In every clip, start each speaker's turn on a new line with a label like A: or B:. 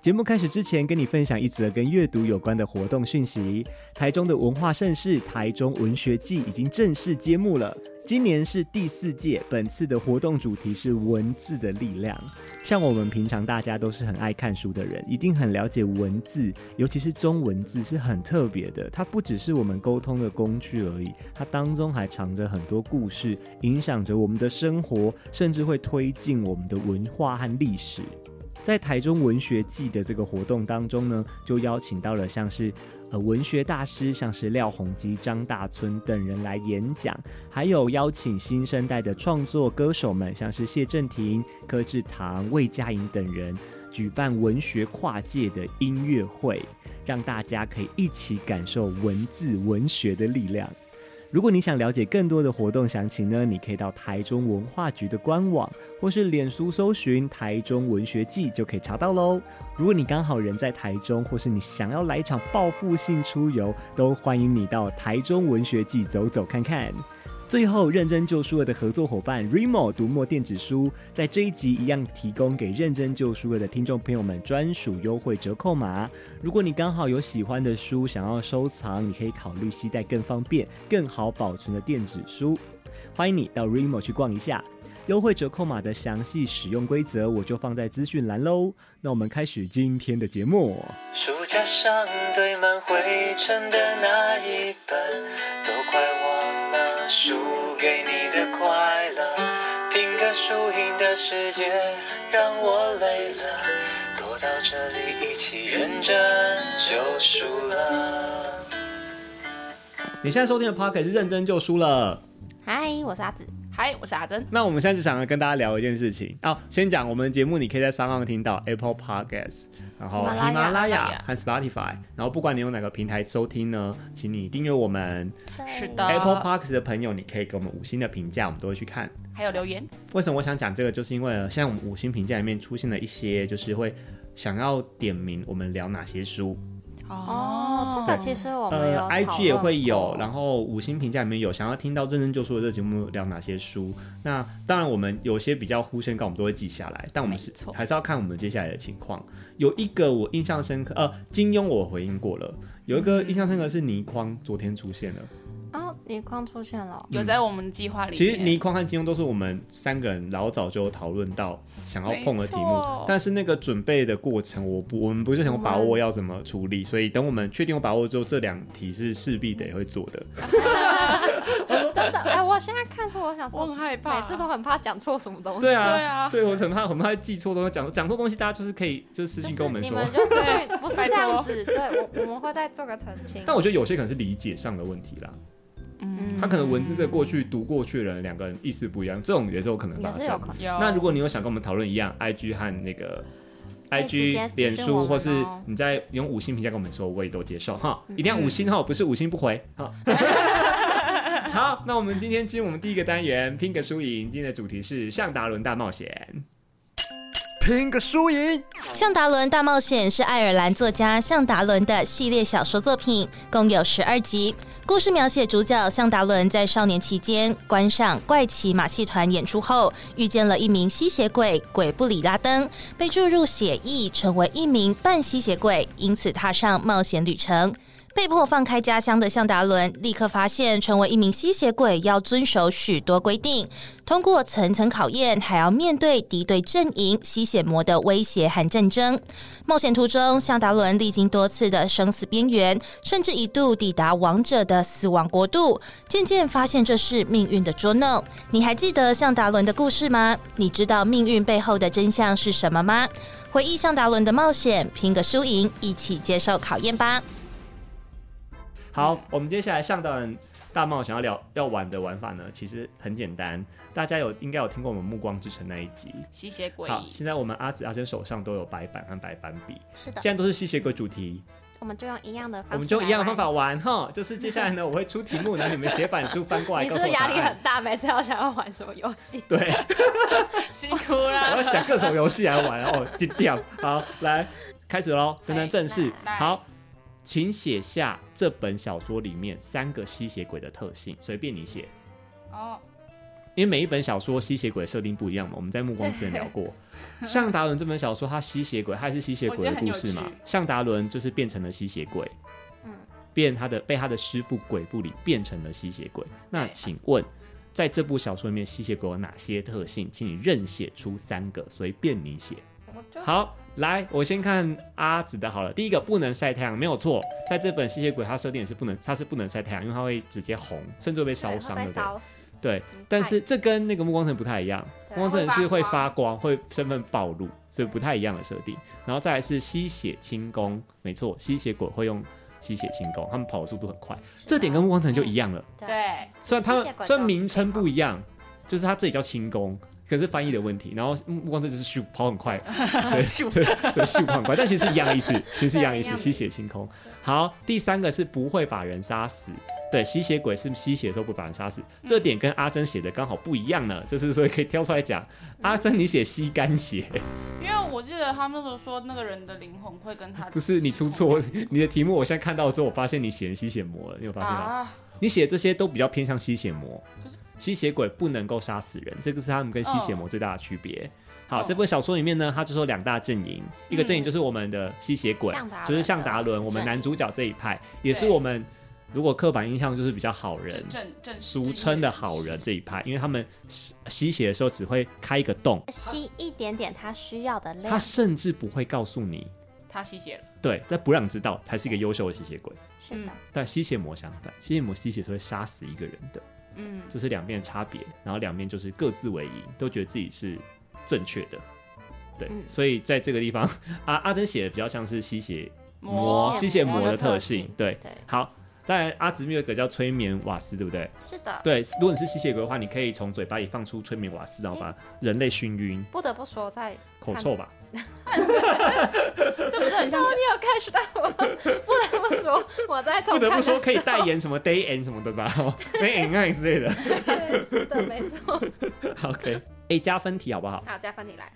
A: 节目开始之前，跟你分享一则跟阅读有关的活动讯息。台中的文化盛事——台中文学季已经正式揭幕了，今年是第四届。本次的活动主题是文字的力量。像我们平常大家都是很爱看书的人，一定很了解文字，尤其是中文字是很特别的。它不只是我们沟通的工具而已，它当中还藏着很多故事，影响着我们的生活，甚至会推进我们的文化和历史。在台中文学季的这个活动当中呢，就邀请到了像是呃文学大师，像是廖鸿基、张大春等人来演讲，还有邀请新生代的创作歌手们，像是谢振廷、柯志堂、魏佳莹等人，举办文学跨界的音乐会，让大家可以一起感受文字文学的力量。如果你想了解更多的活动详情呢，你可以到台中文化局的官网，或是脸书搜寻“台中文学季”就可以查到喽。如果你刚好人在台中，或是你想要来一场报复性出游，都欢迎你到台中文学季走走看看。最后，认真救书了的合作伙伴 Remo 读墨电子书，在这一集一样提供给认真救书了的听众朋友们专属优惠折扣码。如果你刚好有喜欢的书想要收藏，你可以考虑携带更方便、更好保存的电子书。欢迎你到 Remo 去逛一下。优惠折扣码的详细使用规则，我就放在资讯栏喽。那我们开始今天的节目。
B: 书架上堆满灰尘的那一本，都快忘了输给你的快乐。拼个输赢的世界让我累了，躲到这里一起认真就输了。
A: 你现在收听的 p o c k e t 是认真就输了。
C: 嗨，我是阿紫。
D: 嗨，我是阿珍。
A: 那我们现在就想要跟大家聊一件事情哦。先讲我们的节目，你可以在三浪听到 Apple Podcast，然后喜马拉
D: 喜马拉雅喜马拉
A: 雅
D: 雅
A: 和 Spotify，然后不管你用哪个平台收听呢，请你订阅我们
C: 对
D: 是的
A: Apple Podcast 的朋友，你可以给我们五星的评价，我们都会去看。
D: 还有留言，
A: 为什么我想讲这个，就是因为呃现在我们五星评价里面出现了一些，就是会想要点名我们聊哪些书，
C: 哦，这个其实我们有
A: 呃
C: 讨论过、
A: ，IG 也会有，然后五星评价里面有想要听到认真就说的这个节目聊哪些书。那当然，我们有些比较呼声高，我们都会记下来，但我们是
D: 没错
A: 还是要看我们接下来的情况。有一个我印象深刻，呃，金庸我回应过了，有一个印象深刻是倪匡，昨天出现了。
C: 哦，倪匡出现了，
D: 有在我们计划里面。
A: 嗯其实倪匡和金庸都是我们三个人老早就讨论到想要碰的题
D: 没
A: 目
D: 错，
A: 但是那个准备的过程，我不我们不是很有把
C: 嗯
A: 握要怎么处理，所以等我们确定有把握之后，这两题是势必得会做的。
C: 真的，哎、我现在看书，我想说
D: 我很，害怕，
C: 每次都很怕讲错什么东西。
A: 对
D: 对
A: 啊，
D: 啊
A: 对我很怕很怕记错东西，讲讲错东西，大家就是可以就是私
C: 就
A: 信跟我
C: 是
A: 们
C: 你
A: 说。
C: 们就是
D: 对
C: 去不是
D: 拜
C: 这样
D: 托
C: 子，对我我们会再做个澄清。
A: 但我觉得有些可能是理解上的问题啦，
D: 嗯，
A: 他可能文字这个过去读过去的人，两个人意思不一样，这种也是有可能发
C: 也是
A: 生
C: 有。可能。
D: 有。
A: 那如果你有想跟我们讨论一样，IG 和那个
C: 可以直接
A: IG、
C: 私
A: 脸
C: 讯我
A: 书，
C: 们
A: 或是
C: 哦
A: 你在用五星评价跟我们说，我也都接受哈，
C: 嗯
A: 一定要五星哈，不是五星不回 哈。好，那我们今天进入我们第一个单元，拼个输赢。今天的主题是向达伦大冒险。
E: 拼个输赢。
F: 向达伦大冒险是爱尔兰作家向达伦的系列小说作品，共有十二集。故事描写主角向达伦在少年期间观赏怪奇马戏团演出后，遇见了一名吸血鬼鬼布里拉登，被注入血液，成为一名半吸血鬼，因此踏上冒险旅程。被迫放开家乡的向达伦，立刻发现成为一名吸血鬼要遵守许多规定，通过层层考验，还要面对敌对阵营吸血魔的威胁和战争。冒险途中，向达伦历经多次的生死边缘，甚至一度抵达王者的死亡国度，渐渐发现这是命运的捉弄。你还记得向达伦的故事吗？你知道命运背后的真相是什么吗？回忆向达伦的冒险，拼个输赢，一起接受考验吧。
A: 好，我们接下来上到大冒想要聊要玩的玩法呢，其实很简单，大家有应该有听过我们《暮光之城》那一集。
D: 吸血鬼，
A: 好，现在我们阿紫阿珍手上都有白板和白板笔，
C: 是的
A: 既，然都是吸血鬼主题，
C: 我们就用一样的方式，
A: 我们就用一样的方法。玩哈。就是接下来呢，我会出题目，然后你们写板书翻过来
C: 你
A: 告
C: 是
A: 诉
C: 不
A: 我
C: 是压力
A: 答案
C: 很大？每次要想要玩什么游戏，
A: 对，
D: 辛苦
A: 我
D: 啦
A: 要。想各种游戏来玩哦，尽量好来开始喽，等等正式
D: 来
A: 好，请写下这本小说里面三个吸血鬼的特性，随便你写，
D: 哦，
A: 因为每一本小说吸血鬼的设定不一样嘛。我们在《暮光之城》聊 过，向达伦这本小说，他吸血鬼，他也是吸血鬼的故事
D: 我觉得很
A: 嘛
D: 有趣。
A: 向达伦就是变成了吸血鬼，
C: 嗯
A: 变他的被他的师傅鬼部里变成了吸血鬼。那
D: 对
A: 请问，在这部小说里面，吸血鬼有哪些特性？请你任写出三个，随便你写。
C: 我
D: 哦
C: 就
A: 好，来，我先看阿紫的好了。第一个不能晒太阳，没有错，在这本吸血鬼它设定也是不能，它是不能晒太阳，因为它会直接红，甚至会被烧
C: 对
A: 伤，
C: 会被
A: 对不对？
C: 烧死。
A: 对
C: 嗯，
A: 但是这跟那个暮光城不太一样，
C: 对
A: 暮光城是会
D: 会
A: 发
D: 发
A: 光，会身份暴露，所以不太一样的设定。然后再来是吸血轻功，没错，吸血鬼会用吸血轻功，他们跑的速度很快，这点跟暮光城就一样了。
C: 对
D: 对，
A: 虽然他
C: 吸血鬼都
A: 虽然名称不一样，就是他自己叫轻功，可是翻译的问题。然后暮光城就是咻跑很 快，对咻对对咻跑很快，但其实是一样的意 思，其实是一样的意思，
C: 对一样的意思
A: 吸血轻功。好，第三个是不会把人杀死。对，吸血鬼是吸血的时候不把人杀死，这点跟阿珍写的刚好不一样呢，就是所以可以挑出来讲。阿珍，你写吸干血，
D: 因为我记得他们那时候说那个人的灵魂会跟他
A: 不是你出错， 你的题目我现在看到之后，我发现你写吸血魔了，你有发现吗？
D: 啊，
A: 你写这些都比较偏向吸血魔
D: 可是，
A: 吸血鬼不能够杀死人，这个是他们跟吸血
C: 哦
A: 魔最大的区别。好，
D: 哦
A: 这本小说里面呢，它就说两大阵营，一个阵营就是我们的吸血鬼
C: 嗯向达，伦
A: 就是向达伦，我们
C: 阵营
A: 男主角这一派，也是我们如果刻板印象就是比较好人
D: 正，正正
A: 俗称的好人这一派，因为他们吸吸血的时候只会开一个洞，
C: 吸一点点他需要的量
A: 他，甚至不会告诉你，
D: 他吸血了，
A: 对，在不让你知道，才是一个优秀的吸血鬼。
C: 是
D: 嗯
C: 的，
A: 但吸血魔相反，吸血魔吸血是会杀死一个人的。
D: 嗯，
A: 这是两边的差别，然后两边就是各自为营，都觉得自己是正确的，对，
C: 嗯
A: 所以在这个地方，阿阿珍写的比较像是吸血
C: 魔
A: 吸
C: 吸
A: 血
C: 血
A: 魔
C: 魔
A: 的
C: 的
A: 特
C: 特
A: 性
C: 性，
A: 对，
C: 对，
A: 好，当然阿紫密有一个叫催眠瓦斯，对不对？
C: 是的。
A: 对，如果你是吸血鬼的话，你可以从嘴巴里放出催眠瓦斯，然后把人类熏晕，
C: 不得不说，在
A: 口
C: 看
A: 臭吧？
D: 这不是很像
C: 哦，你有 catch 到我？ 不得不说，我在重
A: 不
C: 看的
A: 得不
C: 时
A: 说
C: 候
A: 可以代言什么 day and 什么的吧哦 ，day and night 之类的。
C: 对，是的，没错。
A: OK，哎、加分题好不好？
C: 好，加分你来。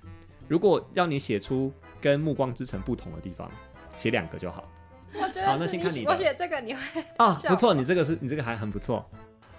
A: 如果要你写出跟《暮光之城》不同的地方，写两个就好。
C: 我觉
A: 好
C: 得
A: 那
C: 是
A: 先
C: 你
A: 看你
C: 选
A: 的
C: 我选这个你会
A: 啊，
C: 笑
A: 不错，你这个是你这个还很不错。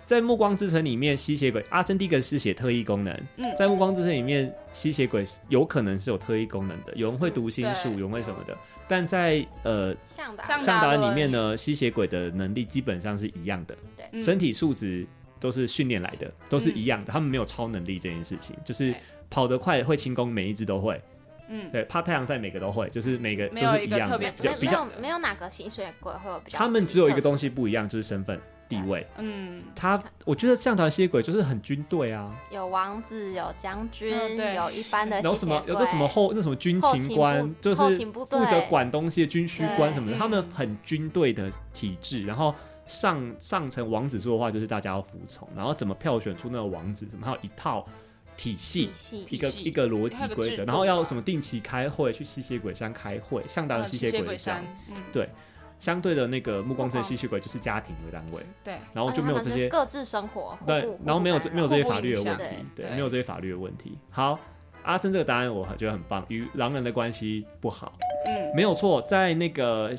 A: 在《暮光之城》里面，吸血鬼阿珍第一个是写特异功能。
D: 嗯
A: 在《暮光之城》里面，吸血鬼是有可能是有特异功能的，有人会读心术，
D: 对
A: 有人会什么的。但在呃
C: 像的啊，
D: 像
A: 上
D: 达
A: 达
D: 伦
A: 里面呢，吸血鬼的能力基本上是一样的，
D: 嗯
A: 身体素质都是训练来的，都是一样的。他们没有超能力这件事情，就是
D: 对
A: 跑得快会轻功，每一只都会。
D: 嗯，
A: 对，怕太阳晒每个都会，就是每个
D: 没
A: 就
D: 有
A: 是
D: 一
A: 一
D: 个
A: 样的，
D: 特别
A: 比较
C: 没
A: 比
C: 没有
A: 较。
C: 没有哪个吸血鬼会有比较。
A: 他们只有一个东西不一样，就是身份地位。
D: 嗯，
A: 他，我觉得像团吸血鬼就是很军队啊，
C: 西，有王子，有将军，
D: 嗯对
C: 有一般的
A: 然后
C: 呃吸
A: 什
C: 血鬼
A: 么，有这什么后那什么军情
C: 后
A: 官
C: 勤，部
A: 就是
C: 后勤部队
A: 负责管东西的军需官
C: 对
A: 什么的，
D: 嗯
A: 他们很军队的体制，然后。上上层王子说的话就是大家要服从，然后怎么票选出那个王子，什么还有一套体系
C: 体，系
A: 一个
D: 体系
A: 一个逻辑
D: 还有个
A: 规
D: 制
A: 则，
D: 度
A: 然后要
D: 啊
A: 什么定期开会，去吸血鬼山开会，像达
D: 还
A: 人
D: 有
A: 吸血鬼山
D: 山，，嗯，
A: 相对的那个暮光
C: 暮
A: 镇
C: 光
A: 吸血鬼就是家庭为单位，
D: 对，
A: 然后就
C: 哎
A: 没有这些
C: 各自生活，互
A: 对
C: 不，
A: 然后没有
C: 互
A: 这
C: 不
A: 没有这些法律的
D: 互不
A: 问
D: 影
A: 题
C: 响，
A: 对，
D: 对
A: 没有这些法律的问题。好，阿珍这个答案我觉得很棒，与狼人的关系不好，
D: 嗯，嗯
A: 没有错，在那个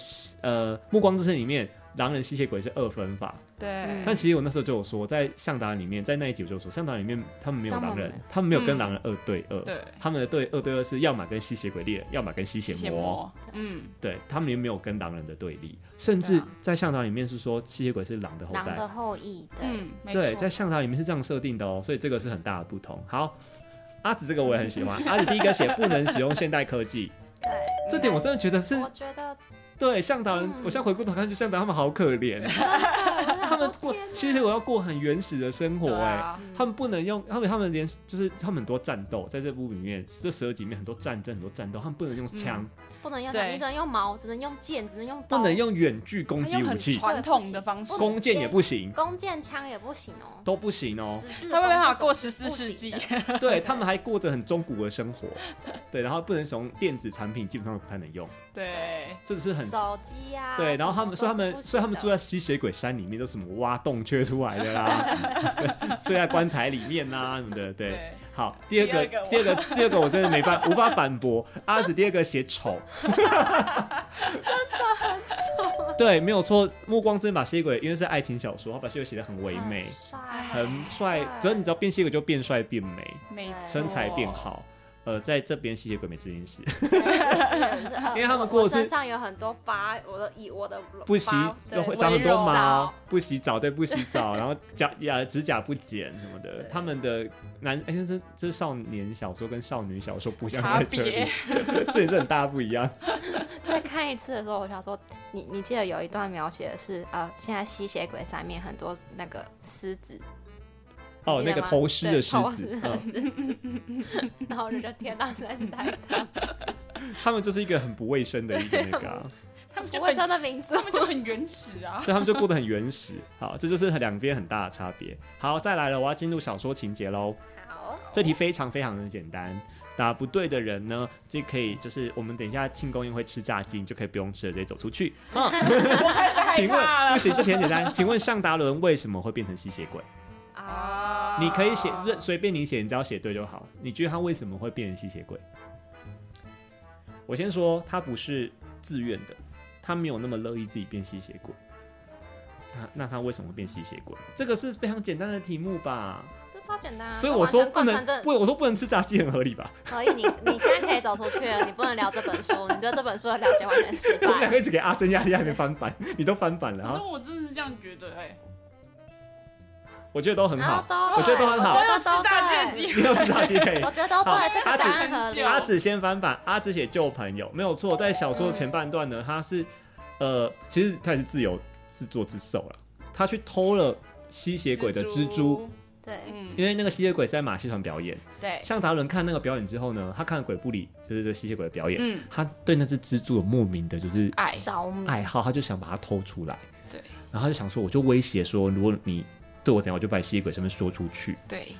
A: 呃《暮光之城》里面，狼人吸血鬼是二分法，
D: 对，
A: 但其实我那时候就有说，在向达里面，在那一集我就说，向达里面他们没有
C: 他们
A: 狼人
C: 没，
A: 他们没有跟
D: 嗯
A: 狼人二对二，
D: 对
A: 他们的对二对二是要么跟吸血鬼猎人，要么跟吸血
D: 吸血
A: 魔
D: 魔，，嗯，
A: 对他们也没有跟狼人的对立，甚至
D: 对啊
A: 在向导里面是说吸血鬼是狼的后
C: 狼
A: 代
C: 的，后裔，对，
D: 嗯，没
A: 对，
D: 错，
A: 在向导里面是这样设定的哦，所以这个是很大的不同。好，阿紫这
D: 嗯
A: 个我也很喜欢，阿紫第一个写不能使用现代科 技，
C: 对，
A: 这点我真的觉得是
C: 我觉得
A: 对向导
D: 嗯
A: 人，我现在回过头看，就向导他们好可怜， 他们过吸血鬼要过很原始的生活
D: 哦对
A: 哎、
D: 啊，
A: 他们不能用，他们他们连就是他们很多战斗，在这部里面这十二集里面很多战争很多战斗，他们不能用
D: 嗯
A: 枪，
D: 哦
C: 不能用你
D: 对
C: 只能用矛，只能用剑，只能用
A: 不
C: 刀，
A: 能用远距攻
D: 他
A: 击
D: 用
A: 武
D: 很
A: 器，
D: 传统的方式，
C: 不能
A: 弓箭也不行，
C: 弓箭、枪也不行哦，
A: 都不行哦。
C: 十字弓
D: 他们没办法
C: 这种
D: 过十四
C: 不
D: 世
C: 行
D: 纪
C: 的，
A: 对他们还过着很中古的生活， 对，然后不能使用电子产品，基本上都不太能用，
D: 对，
A: 这是 很
C: 手机啊，
A: 对。然后他们，
C: 什
A: 所以
C: 么
A: 他
C: 都是
A: 们，
C: 不行的
A: 所以他们住在吸血鬼山里面，都是什么挖洞缺出来的啦， 睡在棺材里面呐、什么的，对。
D: 对，
A: 好，第二个，第
D: 第
A: 二
D: 二
A: 个，第二个，我真的没办法，无法反驳。阿紫第二个写丑，真的很丑。对，没有错，《暮光之城》把吸血鬼，因为是爱情小说，他把吸血鬼写的很唯美，
C: 啊帅，
A: 很帅。只要你只要变吸血鬼，就变帅变美，
D: 没错，
A: 身材变，好。
C: 哦
A: 呃，在这边吸血鬼没这件 事，
C: 因
A: 因为他们过的是
C: 呃身上有很多疤，我的以我的
A: 不洗
C: 疤
A: 就
C: 对
A: 会
C: 我
A: 长很多毛
C: 的，
A: 不洗澡对，不洗澡，然后甲呀指甲不剪什么的。他们的男哎、这这是少年小说跟少女小说不一样
D: 差
A: 在这里
D: 别，
A: 这也是很大不 一样。
C: 毛。再看一次的时候，我想说，你你记得有一段描写的是呃，现在吸血鬼上面很多那个狮子，
A: 哦，
C: 你
A: 那
C: 知道
A: 个
C: 吗
A: 头虱的
C: 对
A: 虱
C: 头
A: 子
C: 虱，的
A: 嗯，
C: 然后我就觉得天哪，实在是太脏，
A: 嗯他们就是一个很不卫生的一个那个、啊，
D: 他们
C: 不
D: 就
C: 会
D: 很，
C: 叫的名字
D: 他。们就很原始 啊，
A: 所以他们就过得很原始。好，这就是两边很大的差别。好，再来了，我要进入小说情节喽。
C: 好，
A: 这题非常非常的简单，答不对的人呢，就可以就是我们等一下庆功宴会吃炸鸡，你就可以不用吃了，直接走出去。啊，
D: 我开始害
A: 请
D: 怕
A: 问
D: 了
A: 不行，这题很简单。请问尚达伦为什么会变成吸血鬼？
D: 啊
A: 你可以写随随便你写，你只要写对就好。你觉得他为什么会变成吸血鬼？我先说，他不是自愿的，他没有那么乐意自己变吸血鬼。那那他为什么会变吸血鬼？这个是非常简单的题目吧？
C: 这超简单啊！
A: 所以
C: 这
A: 我
C: 完
A: 说
C: 全
A: 不
C: 贯
A: 能
C: 穿这
A: 不，我说不能吃炸鸡很合理吧？
C: 可以，你你现在可以走出去了，你不能聊这本书，你对这本书的了解完全失
A: 我们两
C: 败。
A: 个一直给阿珍压力，还没翻版，你都翻版了
D: 可是
A: 啊？
D: 我真的是这样觉得，哎，
A: 我觉得都很
C: 然后
A: 好，
C: 都，
A: 我觉得都很好
C: 我
D: 我
C: 觉
D: 有
C: 得
D: 吃
C: 啊都
D: 炸
C: 啊对
D: 鸡的机
A: 你
D: 会，
A: 有吃炸鸡可以
C: 我。觉得都
A: 好
C: 对，这
A: 阿紫
C: 个答案合理。
A: 阿紫先翻版，阿紫写旧朋友没有错，在小说的前半段呢，他是呃，其实他也是自由自作自受了，他去偷了吸血鬼的蜘蛛。，
C: 对，
D: 嗯，
A: 因为那个吸血鬼是在马戏团表演，
D: 对，
A: 向达伦看那个表演之后呢，他看了鬼不理，就是这吸血鬼的表演，
D: 嗯
A: 他对那只蜘蛛有莫名的就是
D: 爱，
C: 着迷。
A: 爱好，他就想把它偷出来，
D: 对，
A: 然后他就想说，我就威胁说，如果你对我怎样，我就把吸血鬼身份说出去，
D: 对，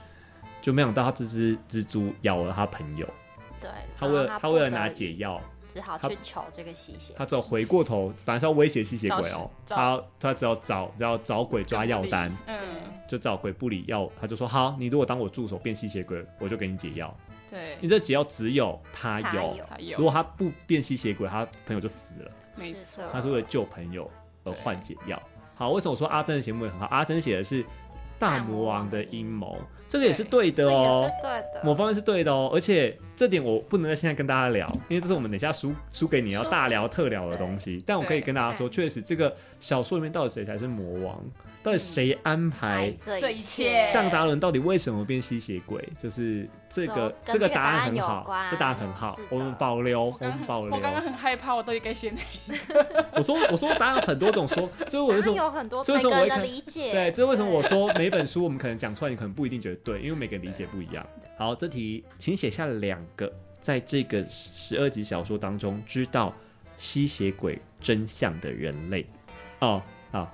A: 就没想到他这只蜘蛛咬了他朋友，
C: 对，
A: 他为
C: 然
A: 了
C: 后
A: 他
C: 不
A: 为了
C: 得
A: 拿
C: 已
A: 解，药，
C: 只好
A: 他
C: 去求这个吸血。
A: 他只有回过头，本来是要威胁吸血鬼哦，
D: 找
A: 他要他只要找只要找鬼抓药单，
D: 嗯，
A: 就找鬼不理药，他就说好，你如果当我助手变吸血鬼，我就给你解药。
D: 对
A: 你，这解药只有他
C: 他
A: 有，
C: 有
D: 还
A: 如
D: 有，
A: 果他不变吸血鬼，他朋友就死了。
D: 没
C: 是
D: 错
C: 的
A: 他是为了救朋友而换解药。好，为什么我说阿珍的节目也很好？阿珍写的是大魔王的阴谋，这个也是对的
C: 这
A: 哦、
C: 也是对的。
A: 某方面是对的哦，而且这点我不能在现在跟大家聊，因为这是我们等一下输输给你要大聊特聊的东西。但我可以跟大家说，确实这个小说里面到底谁才是魔王，到底谁安排
C: 爱这
D: 这
C: 一
D: 一
C: 切
D: 切
A: 向达伦到底为什么变吸血鬼，就是这个
C: 都跟这个
A: 个答案很
C: 答案
A: 好
C: 有，关
A: 这答案很好
C: 是的，
A: 我们保留，我
D: 刚
A: 们保留
D: 我。刚刚很害怕，我到底该写哪一
A: 我说我说答案很多种说，就是我
C: 当
A: 就
C: 然
A: 说
C: 有很多
A: 这为
C: 每
A: 什么
C: 个
A: 我
C: 人
A: 一
C: 的
A: 看
C: 理解。
A: 对，这为什么我说每本书我们可能讲出来，你可能不一定觉得对，因为每个人理解不一样。好，这题请写下两个在这个十二集小说当中知道吸血鬼真相的人类。哦，好，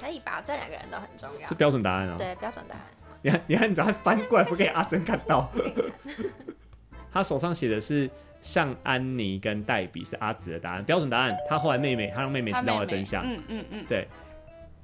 C: 可以吧？这两个人都很重要
A: 是。标准答案哦。
C: 对，标准答案。
A: 你看，你看，你把它翻过来，不给阿珍看到。 他手上写的是像安妮跟黛比是阿紫的答案，标准答案。他后来妹妹，他让妹妹
D: 他
A: 知道
D: 妹
A: 了
D: 妹
A: 真相。
D: 嗯嗯嗯，
A: 对，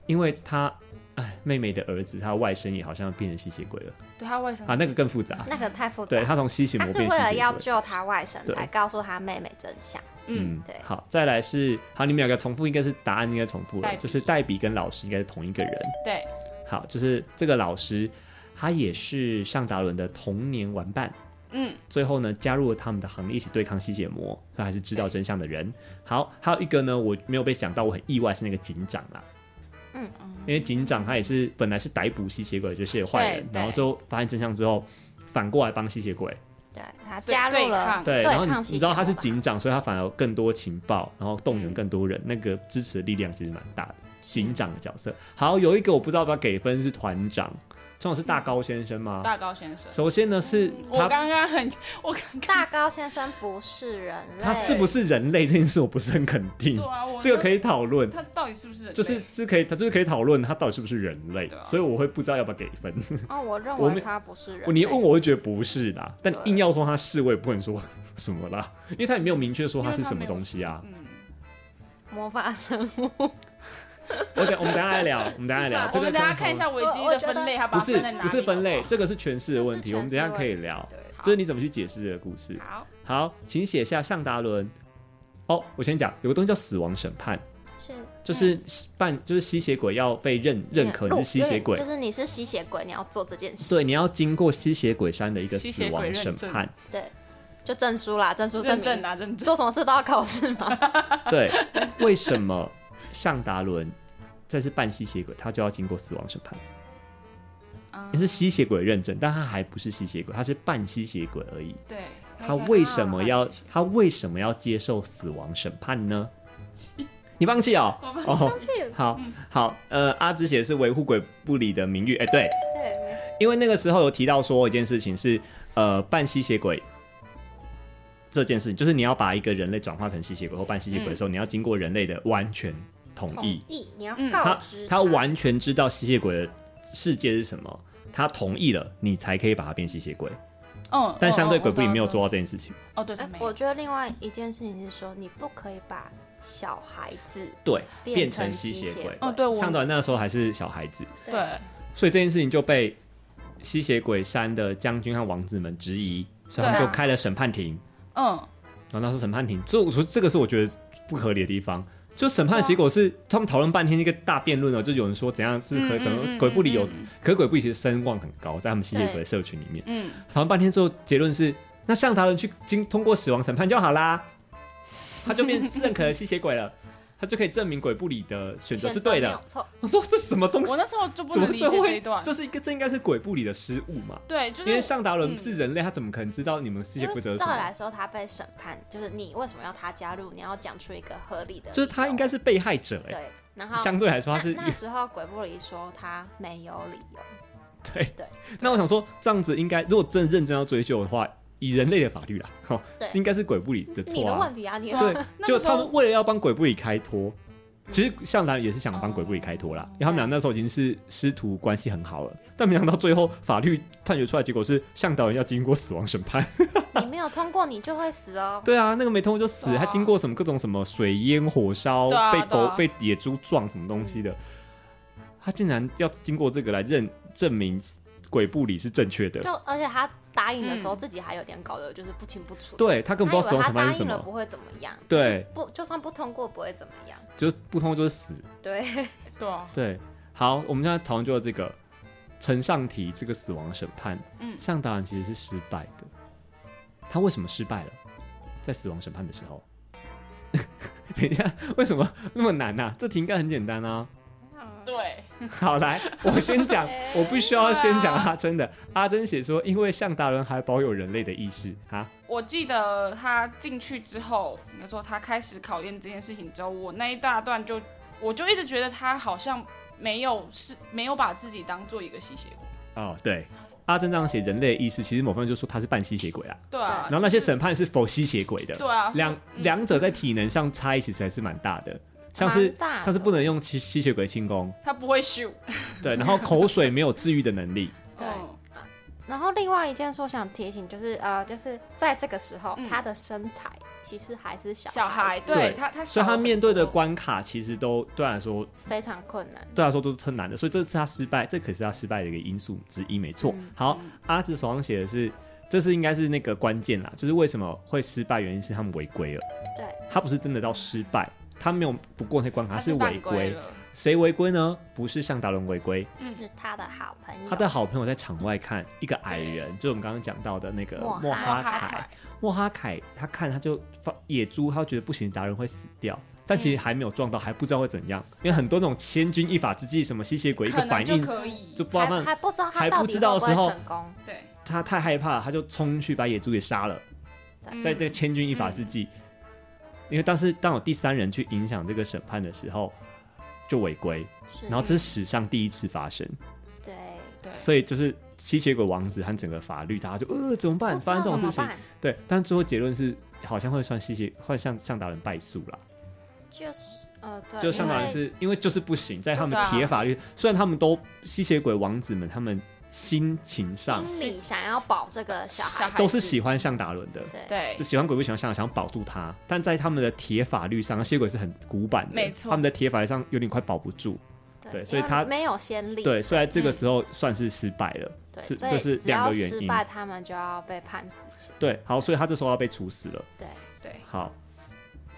A: 因为他，哎，妹妹的儿子，他外甥也好像变成吸血鬼了
D: 对他外甥
A: 啊，那个更复杂。
C: 那个太复杂
A: 对。他从吸血
C: 他
A: 魔
C: 嗯是
A: 变
C: 为
A: 吸
C: 了
A: 血
C: 要
A: 鬼，
C: 救他外甥，
A: 对
C: 才告诉他妹妹真相。
D: 嗯，
C: 对
A: 好，再来是好，你们两个重复，应该是答案应该重复
D: 代
A: 了，
D: 笔
A: 就是代笔跟老师应该是同一个人。
D: 对，
A: 好，就是这个老师，他也是尚达伦的童年玩伴。
D: 嗯，
A: 最后呢，加入了他们的行列，一起对抗吸血魔，他还是知道真相的人。好，还有一个呢，我没有被讲到，我很意外是那个警长啦。
C: 嗯，
A: 因为警长他也是本来是逮捕吸血鬼，就是坏人，
D: 对对
A: 然后就发现真相之后，反过来帮吸血鬼。
C: 对他
D: 所以
C: 加入
D: 对
C: 了
D: 抗
A: 对，然后你
C: 抗
A: 你
C: 吸
A: 知道他是
C: 血魔吧
A: 警长，所以他反而有更多情报，然后动员
D: 嗯
A: 更多人，那个支持的力量其实蛮大的。警长的角色，好，有一个我不知道要不要给分是团长，团长是大高先生吗？
D: 嗯大高先生，
A: 首先呢是
D: 我
A: 他
D: 刚刚很，我刚刚
C: 大高先生不是人类，
A: 他是不是人类这件事我不是很肯定
D: 对，啊，我
A: 这个可，以讨论，
D: 他到底是不是人类？
A: 就是这可以他就是可以讨论他到底是不是人类
D: 对，啊
A: 所以我会不知道要不要给分。
C: 哦，我认
A: 我没
C: 为他不是人类。
A: 你问我会觉得不是啦，但
C: 对
A: 硬要说他是，我也不能说 什么啦，因为他也没有明确说他是什么东西啊。
D: 嗯，
C: 魔法生物，
A: 我等我们等一下来聊，我们等一下来 聊。这
D: 我
A: 个
D: 们大
A: 可
D: 家
A: 以
D: 看一下维基
C: 我
D: 的
C: 我觉得
D: 分类，它
A: 不
D: 把它
A: 是
D: 分在哪里？
A: 不是分类
D: 好，
A: 这个是诠释的问题，
C: 这是诠释
A: 我们等一下可以聊。
C: 问题
A: 这是你怎么去解释这个故事
D: 不。好？好，
A: 好，请写下向达伦。哦，我先讲，有个东西叫死亡审判，
C: 对，是
A: 就是办，就是吸血鬼要被认认可你是吸血鬼
C: 哦就，是你是吸血鬼，你要做这件事，
A: 对，你要经过吸血鬼山的一个
D: 吸
A: 死
D: 血鬼
A: 亡
D: 认
A: 审
D: 证
A: 判，
C: 对，就证书啦，证书证
D: 认证
C: 明
D: 啊，认证。
C: 做什么事都要考试 嘛。
A: 对，为什么向达伦这是扮吸血鬼，他就要经过死亡审判？
D: 啊
A: 你是吸血鬼认证，但他还不是吸血鬼，他是半吸血鬼而已。
D: 对，
A: 他为什么要
D: 他
A: 他为什么要接受死亡审判 呢？你放弃哦，哦，
C: 对
A: 好好，呃，阿紫写的是维护鬼不理的名誉，哎、对，
C: 对，没
A: 因为那个时候有提到说一件事情是，呃，半吸血鬼这件事情，就是你要把一个人类转化成吸血鬼或半吸血鬼的时候，你要经过人类的完全同
C: 同
A: 意，
C: 意，你要
D: 嗯
C: 告
A: 他
C: 知
A: 他完全知道吸血鬼的世界是什么，他同意了，你才可以把它变吸血鬼。
D: 嗯，
A: 但相对
D: 嗯
A: 鬼不理没有
C: 我懂
A: 做到这件事情。
D: 哦，对，他
C: 哎
D: 没有
C: 我觉得另外一件事情是说，你不可以把小孩子
A: 对，变
C: 成
A: 成吸
C: 血
A: 血鬼。
D: 哦，对，我
A: 向导那时候还是小孩子，
D: 对，
A: 所以这件事情就被吸血鬼山的将军和王子们质疑，所以他们
D: 对
A: 就
D: 啊
A: 开了审判庭。
D: 嗯，
A: 然后那时候审判庭，这我说这个是我觉得不合理的地方。就审
D: 啊
A: 判的结果是，他们讨论半天一个大辩论哦，就有人说怎样是和
D: 嗯
A: 怎么
D: 嗯嗯
A: 鬼不理有
D: 嗯嗯，
A: 可是鬼不理其实声望很高，在他们吸血鬼的
C: 对
A: 社群里面。
D: 嗯，
A: 讨论半天之后，结论是那向达人去经通过死亡审判就好啦，他就变认可了吸血鬼了，他就可以证明鬼不理的选择
C: 选
A: 是
C: 择
A: 对
C: 没
A: 的
C: 有。错，
A: 我说这什么东西
D: 我？那时候就不
A: 怎么
D: 能理解
A: 这
D: 这
A: 会
D: 一段？，
A: 这是一个这应该是鬼不理的失误嘛？
D: 对，就
A: 因为
D: 是
A: 向达伦
D: 嗯
A: 是人类，他怎么可能知道你们吸血
C: 因
A: 鬼
C: 为
A: 得什
C: 照理
A: 么？
C: 嗯来说，他被审判，就是你为什么要他加入？你要讲出一个合理的理由，
A: 就是他应该是被害者哎、
C: 对，然后
A: 相对来说他是
C: 那那时候鬼不离说他没有理由，
A: 对
C: 对。
A: 那我想说，这样子应该，如果真的认真要追究的话，以人类的法律啦，哈，
C: 对
A: 这应该是鬼不理的
C: 你
A: 错
C: 的
A: 啊
C: 问。题啊，你
A: 对，
D: 哦那
A: 就
D: 个时候
A: 他们为了要帮鬼不理开脱，其实向达也是想帮鬼不理开脱啦，
C: 嗯
A: 因为他们俩那时候已经是师徒关系很好了，但没想到最后法律判决出来，结果是向导人要经过死亡审判。
C: 你没有通过，你就会死哦。
A: 对啊，那个没通过就死，
D: 对
A: 他
D: 啊
A: 经过什么各种什么水淹、火烧、
D: 对啊
A: 被
D: 对
A: 狗、
D: 啊
A: 被野猪撞什么东西的，他竟然要经过这个来认证明鬼不理是正确的。
C: 就而且他答应的时候，
D: 嗯
C: 自己还有点搞得就是不清不楚。，
A: 对他
C: 他
A: 根
C: 以
A: 本不知道死
C: 为
A: 亡
C: 他
A: 审判
C: 答
A: 是什
C: 应了
A: 么，
C: 不会怎么样，
A: 对，
C: 不就算不通过不会怎么样，
A: 就是不通就是死。
C: 对，，
D: 对啊，
A: 对，好，我们现在讨论就这个陈上题这个死亡审判，
D: 嗯
A: 上达人其实是失败的。他为什么失败了？在死亡审判的时候。 等一下，为什么那么难呐、这题应该很简单啊。
D: 对，
A: 好，来，我先讲我必须要先讲
D: 对啊
A: 阿珍的。阿珍写说，因为向达人还保有人类的意识啊，
D: 我记得他进去之后，那时候他开始考验这件事情之后，我那一大段就我就一直觉得他好像没有是没有把自己当做一个吸血鬼。
A: 哦，对，阿珍这样写人类的意识，其实某方面就说他是半吸血鬼啊。
D: 对啊，
A: 然后那些审判是否吸血鬼的，
D: 对啊，
A: 两两者在体能上差异其实还是蛮大的，像是
C: 蛮大的
A: 像是不能用吸吸血鬼轻功，
D: 他不会 shoot，
A: 对，然后口水没有治愈的能力，
C: 对
D: 嗯
C: 然后另外一件事，我想提醒就是，呃，就是在这个时候，
D: 嗯
C: 他的身材其实还是小
D: 小孩，
C: 子
A: 对
D: 对他他
A: 所
D: 小
A: 以他面对的
D: 很多
A: 关卡其实都对他来说
C: 非常困难。
A: 对他来说都是很难的，所以这是他失败，这可是他失败的一个因素之一，没错。好，阿紫手上写的是这是应该是那个关键啦，就是为什么会失败，原因是他们违规了。
C: 对，
A: 他不是真的到失败，他没有不过那关卡，
D: 他
A: 他是违
D: 犯
A: 规。
D: 了，
A: 谁违规呢？不是向达伦违规，
C: 是他的好朋友，
A: 他的好朋友在场外看一个矮人，就是我们刚刚讲到的那个
C: 莫哈
A: 莫哈
D: 哈
A: 凯。莫哈凯他看他就发野猪，他觉得不行，达人会死掉。但其实还没有撞到，还不知道会怎样，因为很多那种千钧一发之际，什么吸血鬼一个
D: 可能
A: 反
D: 就
A: 应
D: 可以
A: 就不知道他
C: 还还不知道他
A: 还
C: 到
A: 不
C: 底
A: 知
C: 会
A: 道
C: 不
A: 的
C: 会
A: 时候
C: 成功，
D: 对，
A: 他太害怕，他就冲去把野猪给杀了。
D: 嗯
A: 在这个千钧一发之际，因为当时当有第三人去影响这个审判的时候，就违规，
C: 是
D: 嗯
A: 然后这是史上第一次发生，
C: 对，
D: 对，
A: 所以就是吸血鬼王子和整个法律，大家就呃怎么办？
C: 不知道
A: 发生这种
C: 怎
A: 事
C: 么
A: 情，
C: 办，
A: 对，但最后结论是好像会算吸血，会向向达人败诉啦。
C: 就是呃，对，
A: 就
C: 因
A: 向导人
C: 为
A: 是因为就是不行，在他们
D: 就是啊
A: 铁法律，虽然他们都吸血鬼王子们，他们心情上
C: 心里想要保这个小
D: 小
C: 孩
D: 孩，
A: 都是喜欢向达伦的，
C: 对，
D: 对
A: 就喜欢鬼不喜欢向达，想保住他，但在他们的铁法律上，吸血鬼是很古板的，
D: 没错
A: 他们的铁法律上有点快保不住，对所以
C: 因为
A: 他
C: 没有先例，
A: 对，所以在这个时候算是失败了，
C: 对，
A: 是
C: 所
A: 这是
C: 以只
A: 两
C: 要
A: 个原
C: 失
A: 因，
C: 败，他们就要被判死刑。
A: 对，好，所以他这时候要被处死了，
C: 对，
D: 对，
A: 好，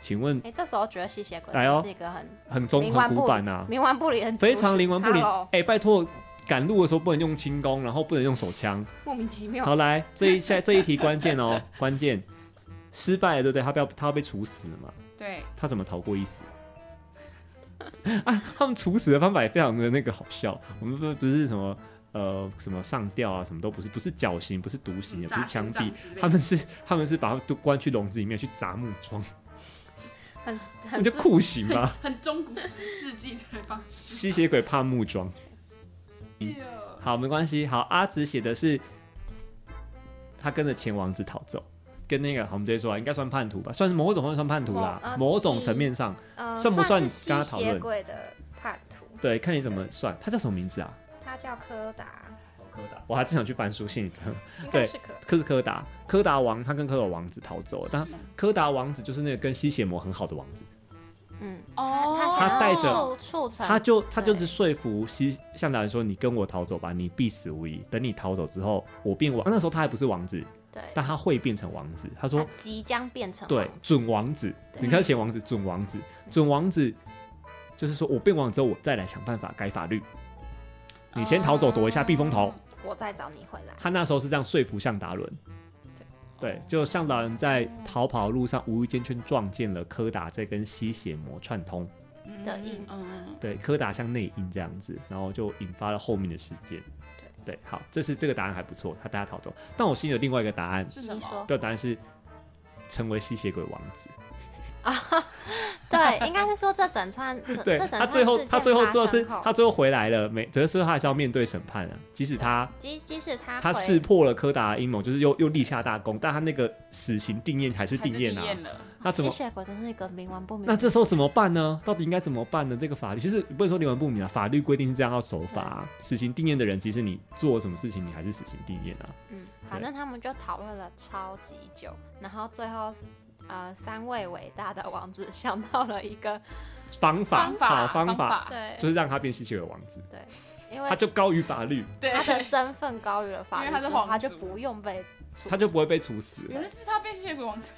A: 请问
C: 哎，这时候觉得吸血鬼
A: 哎呦
C: 真是一个很
A: 很中
C: 冥
A: 很
C: 顽
A: 古
C: 不
A: 板啊，
C: 冥顽不灵的族群，
A: 非常灵魂不灵，
C: Hello，
A: 哎，拜托，赶路的时候不能用轻功，然后不能用手枪。
C: 莫名其
D: 哦
C: 妙。
A: 好，来这一下这一题关键哦， 关键失败了，对不对？他不要他要被处死了嘛？
D: 对，
A: 他怎么逃过一死？ 啊，他们处死的方法也非常的那个好笑。我们不不是什么呃什么上吊啊，什么都不是，不是绞刑，不是毒刑，也不是
D: 嗯炸
A: 枪
D: 心
A: 毙
D: 脏之类，的
A: 他们是他们是把他都关去笼子里面去砸木桩，
C: 很
A: 那
C: 很
A: 就酷刑吧。
D: 很中古世世纪的方式，
A: 吸血鬼怕木桩。嗯
D: 是哦
A: 好，没关系。好，阿紫写的是他跟着前王子逃走，跟那个好我们直接说啊，应该算叛徒吧，算是某种程度算叛徒啦，
C: 某呃
A: 某种层面上，
C: 呃，
A: 算不算
C: 是
A: 跟他
C: 吸
A: 讨
C: 血
A: 论
C: 鬼的叛徒？
A: 对，看你怎么算。他叫什么名字啊？
C: 他叫柯达，
A: 我还正想去翻书信，
C: 应
A: 对
C: 该是柯。
A: 可是柯达，柯达王他跟柯达王子逃走了，但柯达王子就是那个跟吸血魔很好的王子，
C: 嗯，
D: 哦
C: 他
A: 他
C: 想
A: 带
C: 要
A: 着
C: 促促成
A: 他就他就
C: 对
A: 是说服西向达人说，你跟我逃走吧，你必死无疑。等你逃走之后，我变王，那时候他还不是王子，
C: 对，
A: 但他会变成王子。他说
C: 他即将变成
A: 对
C: 王，
A: 准王子，
C: 对
A: 你看前王子，准王子，准王子，就是说我变王之后，我再来想办法改法律。你先逃走，躲一下避风头。
C: 我再找你 回来。
A: 他那时候是这样说服向达伦，对，就向达伦在逃跑路上无意间却撞见了柯达在跟吸血魔串通，
C: 的印
D: 嗯，
A: 对，柯达像内应这样子，然后就引发了后面的事件。对，好，这是这个答案还不错，他带他逃走。但我心里有另外一个答案，
D: 嗯是什
C: 你
D: 么？
C: 说
A: 这个答案是成为吸血鬼王子。
C: 对，应该是说这整串这
A: 对
C: 这整
A: 他
C: 串
A: 最后
C: 事件
A: 他最后
C: 发
A: 做的是
C: 生后
A: 他最后回来了，没，可是最后他还是要面对审判啊。即使他
C: 即即使他
A: 他
C: 回
A: 识破了柯达的阴谋，就是又又立下大功，但他那个死刑定谳还是
D: 还是
A: 定谳
D: 地
A: 啊
D: 验。了，
A: 那怎么
C: 吸？血鬼真是一个冥顽不明的
A: 那
C: 人。
A: 这时候怎么办呢？到底应该怎么办呢？这个法律其实不能说灵魂不明啊，法律规定是这样要守法、啊。死刑定谳的人，即使你做什么事情，你还是死刑定谳啊。
C: 嗯，反正他们就讨论了超级久，然后最后。呃，三位伟大的王子想到了一 个，
A: 方法
D: 方法
A: 好方
D: 方法
C: 对
A: 就是让他变吸血鬼王子，
C: 对，因
A: 他
C: 为
A: 就高于法律，
D: 对，
C: 他的身份高于了法律
D: 因为他是
C: 之后，
D: 皇
C: 他就
D: 族
C: 不用被处死，
A: 他就不会被处死。
C: 嗯
D: 原来是他变吸血鬼王子。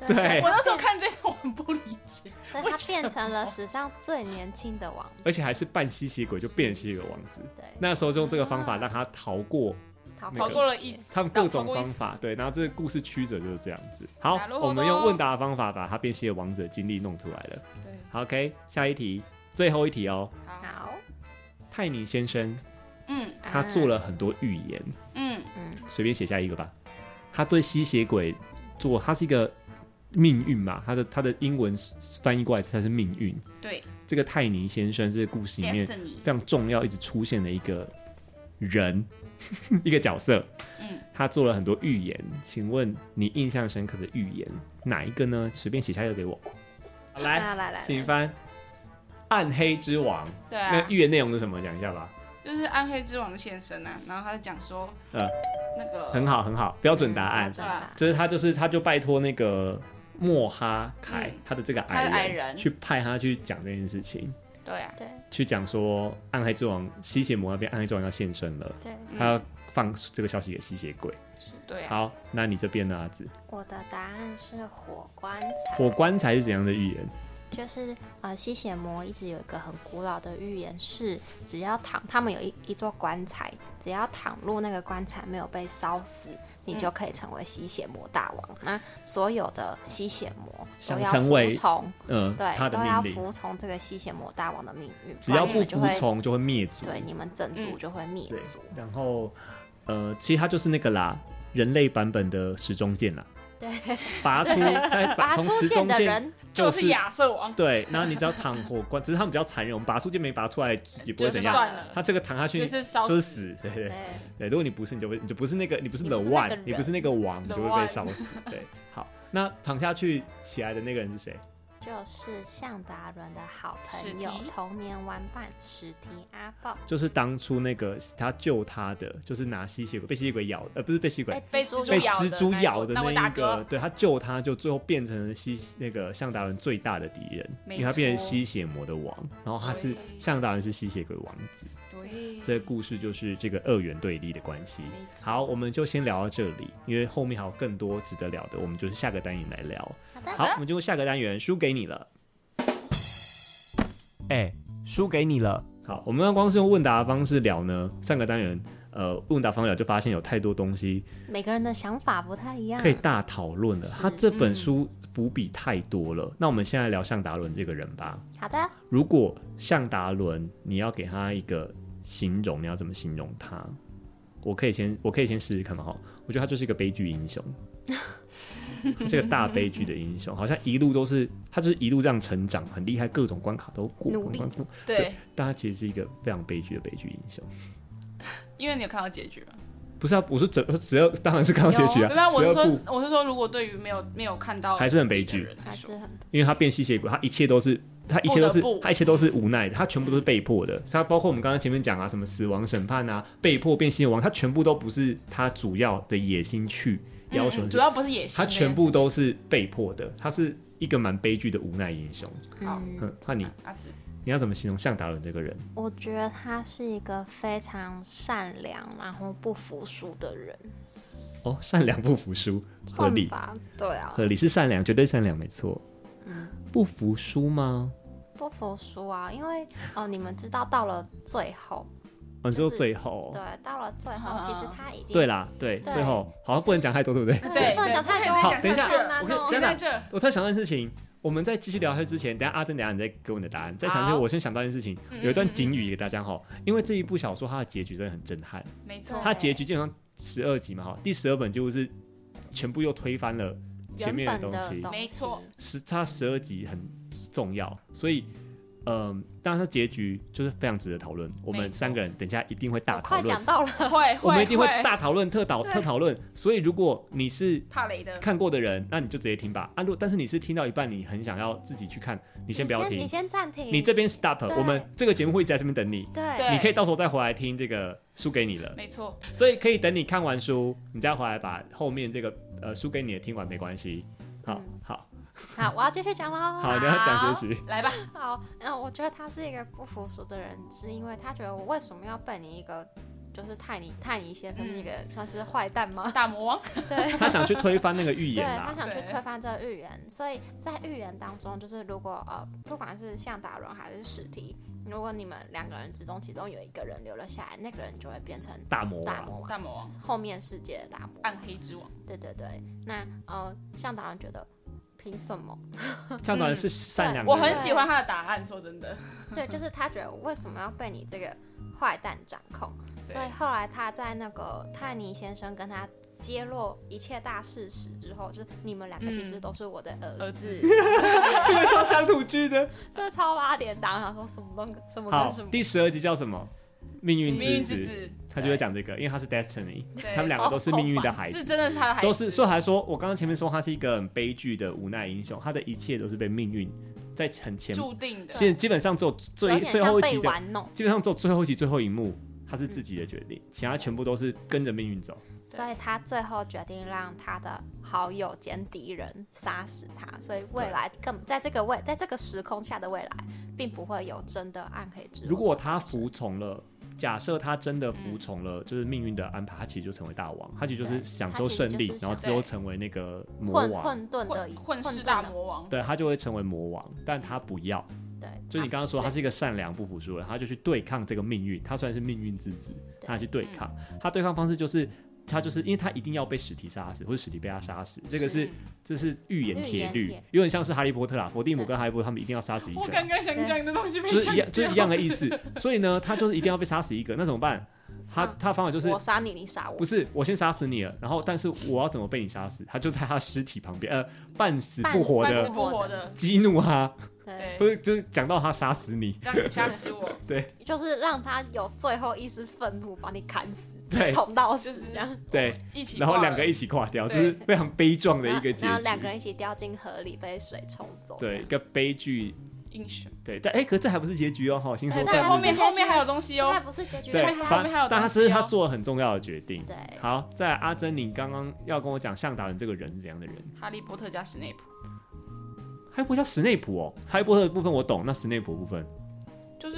C: 对，
A: 对
C: 所以
D: 我
C: 他
D: 那时候
C: 变
D: 看这哦个，我很不理解，
C: 所以他
D: 为什
C: 变成了
D: 么
C: 史上最年轻的王，
A: 而且还是半吸血鬼就变吸血鬼王子。
C: 对，
A: 那时候就用这个方法让他逃过
C: 逃
A: 那
D: 逃
A: 个
D: 过了
C: 一
D: 一
C: 劫，
A: 他们各种
D: 逃过一
A: 方
D: 死
A: 法，对，然后这个故事曲折就是这样子。好
D: なる，ほど
A: 我们用问答的方法把他变吸血王子的经历弄出来了。
D: 对，
A: 好，OK，下一题，最后一题哦。
D: 好，
C: 好，
A: 泰尼先生
D: 嗯
A: 他做了很多预言，
D: 嗯，
C: 嗯，
A: 随便写下一个吧。他对吸血鬼做，他是一个命运嘛，他的他的英文翻译过来是他是命运。
D: 对
A: 这个泰尼先生这个故事里面
D: ，Destiny，
A: 非常重要，一直出现的一个人， 一个角色。
D: 嗯，
A: 他做了很多预言，请问你印象深刻的预言哪一个呢？随便写下一个给我。好来，
C: 那来来，
A: 请
C: 来
A: 翻《暗黑之王》
D: 对
A: 那
D: 啊
A: 个，预言内容是什么？讲一下吧。
D: 就是暗黑之王的现身啊，然后他就讲说，
A: 呃，
D: 那个
A: 很好，很好，标准答案
C: 嗯标准答案
A: 就是他，就是他，就拜托那个莫哈凯、
D: 嗯
A: 他的这个
D: 他的矮
A: 矮人
D: 人
A: 去派他去讲这件事情，
D: 对啊，
C: 对
A: 去讲说暗黑之王吸血魔那边暗黑之王要现身了。
C: 对
D: 嗯
A: 他要放这个消息给吸血鬼。
C: 是
D: 对啊，
A: 好，那你这边呢，阿紫？
C: 我的答案是火棺材。
A: 火棺材是怎样的预言？
C: 就是呃，吸血魔一直有一个很古老的预言是，只要躺，他们有一一座棺材，只要躺入那个棺材没有被烧死，你就可以成为吸血魔大王。那所有的吸血魔都
A: 想
C: 要
A: 成为
C: 服从，
A: 嗯，他的
C: 对，都要
A: 命令，
C: 服从这个吸血魔大王的命运，
A: 只要
C: 然你
A: 不
C: 们就
A: 服
C: 会，
A: 从就会灭族。
C: 对，你们整族就会灭
A: 对
C: 族。
A: 然后呃，其实它就是那个啦，人类版本的时钟剑啦，
C: 对，
A: 拔出 再
C: 拔
A: 从
C: 出
A: 时
C: 剑
A: 钟
C: 的
A: 剑
C: 人，
D: 就
A: 就是是
D: 亚瑟王，
A: 对，然后你只要躺火棺，只是他们比较残忍，我们拔出剑没拔出来也不会
D: 就是
A: 怎样。
D: 算了
A: 他，这个躺下去
D: 就是烧
A: 就是
D: 死
A: 死，对对
C: 对，
A: 对，如果你不是，你就会你就不是那个，你不是
C: 你
A: the
C: 不是那个
A: one，你不是那
C: 人
A: 个王，你
D: The
A: 就会被烧死。对，好，那躺下去起来的那个人是谁？
C: 就是向达伦的好
D: 史
C: 朋友
D: 迪、
C: 童年玩伴史迪阿豹，
A: 就是当初那个他救他的，就是拿吸血鬼被吸血鬼咬，呃，不是被吸血鬼
C: 哎，
D: 被
C: 蜘
D: 蜘
C: 蛛
D: 蛛
A: 被
C: 咬
D: 咬
A: 蜘
D: 的
A: 蛛
D: 那一
A: 咬
D: 位
A: 的
D: 那
A: 那
D: 位
A: 一
D: 大
A: 个
D: 哥，
A: 对他救他，就最后变成了吸那个向达人最大的敌人，
D: 没
A: 因为他变成
D: 错
A: 吸血魔的王，然后他是
D: 对
A: 向达人是吸血鬼王子，
D: 对，
A: 这个故事就是这个二元对立的关系
D: 没。错
A: 好，我们就先聊到这里，因为后面还有更多值得聊的，我们就是下个单元来聊。
C: 好的，
A: 好，我们进入下个单元，输给你了。
G: 哎，输给你了。
A: 好，我们光是用问答的方式聊呢，上个单元呃问答方式聊就发现有太多东西
C: 每个人的想法不太一样
A: 可，以大讨论的。
C: 是
A: 他这本
D: 嗯
A: 书伏笔太多了，那我们现在聊向达伦这个人吧。
C: 好的，
A: 如果向达伦，你要给他一个形容，你要怎么形容他？我可以先，我可以先试试看嘛哈。我觉得他就是一个悲剧英 雄，这个大悲剧的英雄，好像一路都是他就是一路这样成长，很厉害，各种关卡都过，
D: 努力
A: 关卡过
D: 对，
A: 但他其实是一个非常悲剧的悲剧英雄。
D: 因为你有看到结局吗？
A: 不是啊，我说整十二当然是刚刚结局
D: 对啊，
A: 啊，
D: 我
A: 十
D: 是
A: 二
D: 说
A: 部，，
D: 我是说，如果对于没有没有看到
A: 还是很悲剧
D: 的人来
C: 还
D: 说
C: 是很
A: 因为他变吸血鬼，他一切都是他一切都是
D: 不得不
A: 他一切都是无奈的，他全部都是被迫的。他包括我们刚刚前面讲啊，什么死亡审判啊，被迫变吸血王，他全部都不是他主要的野心去要求
D: 嗯嗯
A: 的
D: 主
A: 是，
D: 要不是野心，
A: 他全部都是被迫的，他是一个蛮悲剧的无奈英雄。
D: 好
C: 嗯，
A: 嗯，那你
D: 阿紫，
A: 你要怎么形容向达伦这个人？
C: 我觉得他是一个非常善良，然后不服输的人，
A: 哦，善良不服输，合
C: 算
A: 理
C: 吧？对啊，
A: 合理是善良，绝对善良，没错。不服输吗？
C: 不服输啊，因为哦、呃你们知道到了最后，
A: 哦，你说
C: 就是
A: 最后
C: 对，，到了最后，
D: 啊
C: 其实他已经
A: 对啦，对，
C: 对
A: 最后好像不能讲太多，对不对？
D: 对
C: 不能讲太多，
A: 好等一下
C: 好难
A: 我
C: 哦
A: 看等
D: 就
A: 一
D: 在
A: 下
D: 这，
A: 我在想一件事情，我们在继续聊下去之前，等一下阿珍，等一下你再给我你的答案。在想就
D: 好
A: 我先想到一件事情，
D: 嗯
A: 有一段警语给大家哈，因为这一部小说它的结局真的很震撼，
D: 没错，
A: 它结局基本上十二集嘛哈，第十二本就是全部又推翻了前
C: 原
A: 面
C: 本
A: 东
C: 的
A: 西
C: 东，
D: 没
C: 西
D: 错
A: 十它十二集很重要，所以。嗯，当然，它结局就是非常值得讨论。我
D: 没
A: 们
D: 错
A: 三个人等一下一定会
C: 我
A: 大讨
C: 快
A: 论
C: 讲，到了，
D: 会，
A: 我们一定会
D: 会
A: 大讨论、特讨特讨论。所以，如果你是
D: 怕雷的，
A: 看过的人，那你就直接听吧。啊，如果但是你是听到一半，你很想要自己去看，你
C: 你
A: 先不要听，
C: 你先暂停，
A: 你这边 stop，
C: 对
A: 我们这个节目会一直在这边等你。
C: 对
D: 对
A: 你可以到时候再回来听这个书给你了，
D: 没错，
A: 所以可以等你看完书，你再回来把后面这个呃书给你的听完没关系。好
C: 嗯
A: 好
C: 好，我要继续讲喽。
A: 好，你要讲结局，
D: 来吧，
C: 好，那我觉得他是一个不服输的人，是因为他觉得我为什么要被你一个就是泰尼泰尼先生
D: 嗯
C: 这个算是坏蛋吗？
D: 大魔王，
C: 对。
A: 他想去推翻那个预
C: 对
A: 言啊
C: 他
A: 啦。
C: 想去
D: 对
C: 推翻这个预言，所以在预言当中，就是如果呃，不管是向达伦还是史提，如果你们两个人之中其中有一个人留了下来，那个人就会变成
A: 大魔
C: 大
A: 王，
C: 魔王，
D: 大魔王，
C: 后面世界的大魔
D: 暗
C: 王。
D: 黑之王，
C: 对对对，那呃，向达伦觉得凭什么？
A: 这样当然是善良的
D: 我
A: 人。
D: 很喜欢他的答案，说真的，
C: 对，就是他觉得我为什么要被你这个坏蛋掌控，所以后来他在那个泰尼先生跟他揭露一切大事实之后，就是你们两个其实
D: 嗯
C: 都是我的儿
D: 儿
C: 子，
D: 子，
A: 这个像乡土剧的。
C: 这超八点档，他说什么东什么
A: 好
C: 跟什，么，
A: 第十二集叫什么？命运
D: 命运
A: 之子。
D: 之子，
A: 他就会讲这个，因为他是 destiny，
D: 对
A: 他们两个都是命运的孩
D: 是
A: 子，
D: 真的是他的孩子，
A: 都是。所以还说，我刚刚前面说他是一个很悲剧的无奈英雄，他的一切都是被命运在很前，
D: 注定的，
A: 基基本上只有最
C: 有点
A: 最
C: 像
A: 后一
C: 被
A: 集的，
C: 玩弄，
A: 基本上只有最后一集最后一幕，他是自己的决定，其他全部都是跟着命运走。
C: 所以他最后决定让他的好友兼敌人杀死他，所以未
A: 对
C: 来更在这个未在这个时空下的未来，并不会有真的暗黑之王。
A: 如果他服从了假设他真的服从了就是命运的安排，他其实就成为大王，他其实就是享受胜利
C: 嗯他其实就，是
A: 然后
C: 想
A: 之后成为那个魔
C: 混
A: 王，
C: 混沌的
D: 混混世
C: 沌
D: 大
C: 的
D: 魔王，
A: 对他就会成为魔王，但他不要。
C: 对，
A: 所以你
C: 啊
A: 刚刚说他
C: 对
A: 是一个善良不服输的人，他就去对抗这个命运。他虽然是命运之子，
C: 对嗯
A: 他去对抗。他对抗方式就是他就是因为他一定要被史提杀死，或者史提被他杀死。这个是这是预言
C: 预
A: 铁
C: 言
A: 律
C: 铁，
A: 有点像是哈利波特啦，伏地魔
C: 对
A: 跟哈利波特他们一定要杀死一个
D: 我。刚刚想
C: 对
D: 讲的东西被
A: 就是一
D: 讲
A: 样，就是一
D: 掉
A: 样的意 思。所以呢，他就是一定要被杀死一个，那怎么办？他
C: 嗯
A: 他的方法就是
C: 我杀你，你杀我
A: 不，是我先杀死你了，然后但是我要怎么被你杀死？他就在他尸体旁边，呃，半死
C: 半
A: 不
C: 死
A: 活
D: 半死
A: 的
D: 不活的，
A: 激怒他，
C: 对，
A: 不
D: 对，
A: 是就是讲到他杀死你，
D: 让你杀死我，
C: 就是让他有最后一丝愤怒，把你砍死，
A: 对
C: 捅到
D: 就
C: 死
D: 是
C: 这样。
A: 对，
D: 一起挂
A: 然
D: 了，
A: 后两个一起挂掉，这
D: 对
A: 是非常悲壮的
C: 然
A: 一
C: 后
A: 个结
C: 然后
A: 局。
C: 两个人一起掉进河里，被水冲走。
A: 对，一个悲剧，
D: 英雄。
A: 对，但哎、可是这还不是结局哦，哈，新说
C: 对
D: 对，
A: 在
D: 后
C: 后
D: 面
C: 面
D: 后面还有东西
C: 这还
D: 哦，
C: 不是结局，
A: 对
C: 但，他
D: 后
A: 他
D: 面还有
A: 但他
D: 东
A: 只是
D: 西
A: 他
D: 哦
A: 做了很重要的决定。
C: 对
A: 好，在阿珍，你刚刚要跟我讲向达人这个人是怎样的人？
D: 哈利波特加史内普，
A: 哈利波特叫史内普哦，哈利波特的部分我懂，那史内普的部分，
D: 就是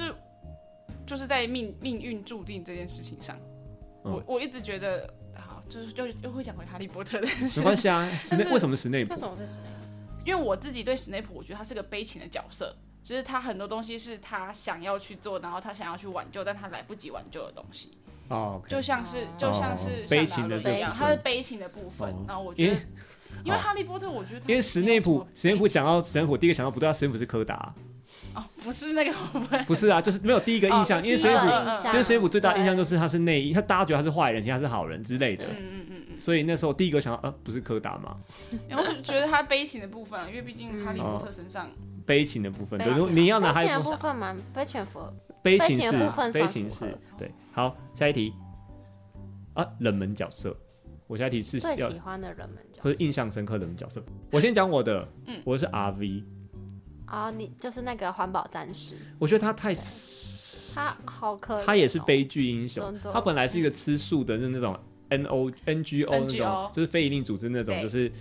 D: 就是在命命运注定这件事情上，
A: 嗯
D: 我我一直觉得好，就是就又会讲回哈利波特的事
A: 没，关系啊。史内
D: 但是
A: 为什么史内普
C: 那？种就是
D: 因为我自己对史内普，我觉得他是个悲情的角色。就是他很多东西是他想要去做，然后他想要去挽救，但他来不及挽救的东西，
A: 哦，OK，
D: 就像是
C: 哦
D: 就像是
A: 悲
D: 像
A: 情的
D: 达伦一样，
C: 这个部分
D: 他是悲情的部分
A: 哦。
D: 然后我
A: 因
D: 觉
A: 为
D: 得，因为
A: 哦
D: 哈利波特，我觉得他
A: 因为史内
D: 没有
A: 普
D: 什么，
A: 史内普
D: 悲情
A: 讲到史内普，第一个想到不对啊，史内普是柯达，
D: 哦，不是那个部分，
A: 不是啊，就是没有第一个印象，
D: 哦
A: 因为
D: 第一
A: 史内
D: 个
A: 普
D: 印
A: 其实水普最大的印象就是是他是内衣，他大家觉得他是坏人，其实他是好人之类的
D: 嗯。嗯嗯嗯。
A: 所以那时候第一个想到，呃，不是柯达吗？
D: 然后我就觉得他悲情的部分啊，因为毕竟哈利波特身上，
A: 悲情的部分，
C: 悲
A: 对，如果
C: 情啊
A: 你要拿
C: 悲
A: 还
C: 情的
A: 不
C: 部分蛮被全服，
A: 悲
C: 悲
A: 情
C: 情的部
A: 是
C: 分
A: 悲
C: 算
A: 情是
C: 符合，
A: 对。好，下一题啊，冷门角色，我下一题是
C: 最
A: 要
C: 喜欢的人们就
A: 或者印象深刻的冷门角色。我先讲我的，
D: 嗯
A: 我是 RV，
C: 啊，你就是那个环保战士，
A: 我觉得他太
C: 他好可怜哦，
A: 他也是悲剧英雄
C: 真的，
A: 他本来是一个吃素的，就是那种 N O N G O 那
D: NGO
A: 种，就是非营利组织那种，
C: 对
A: 就是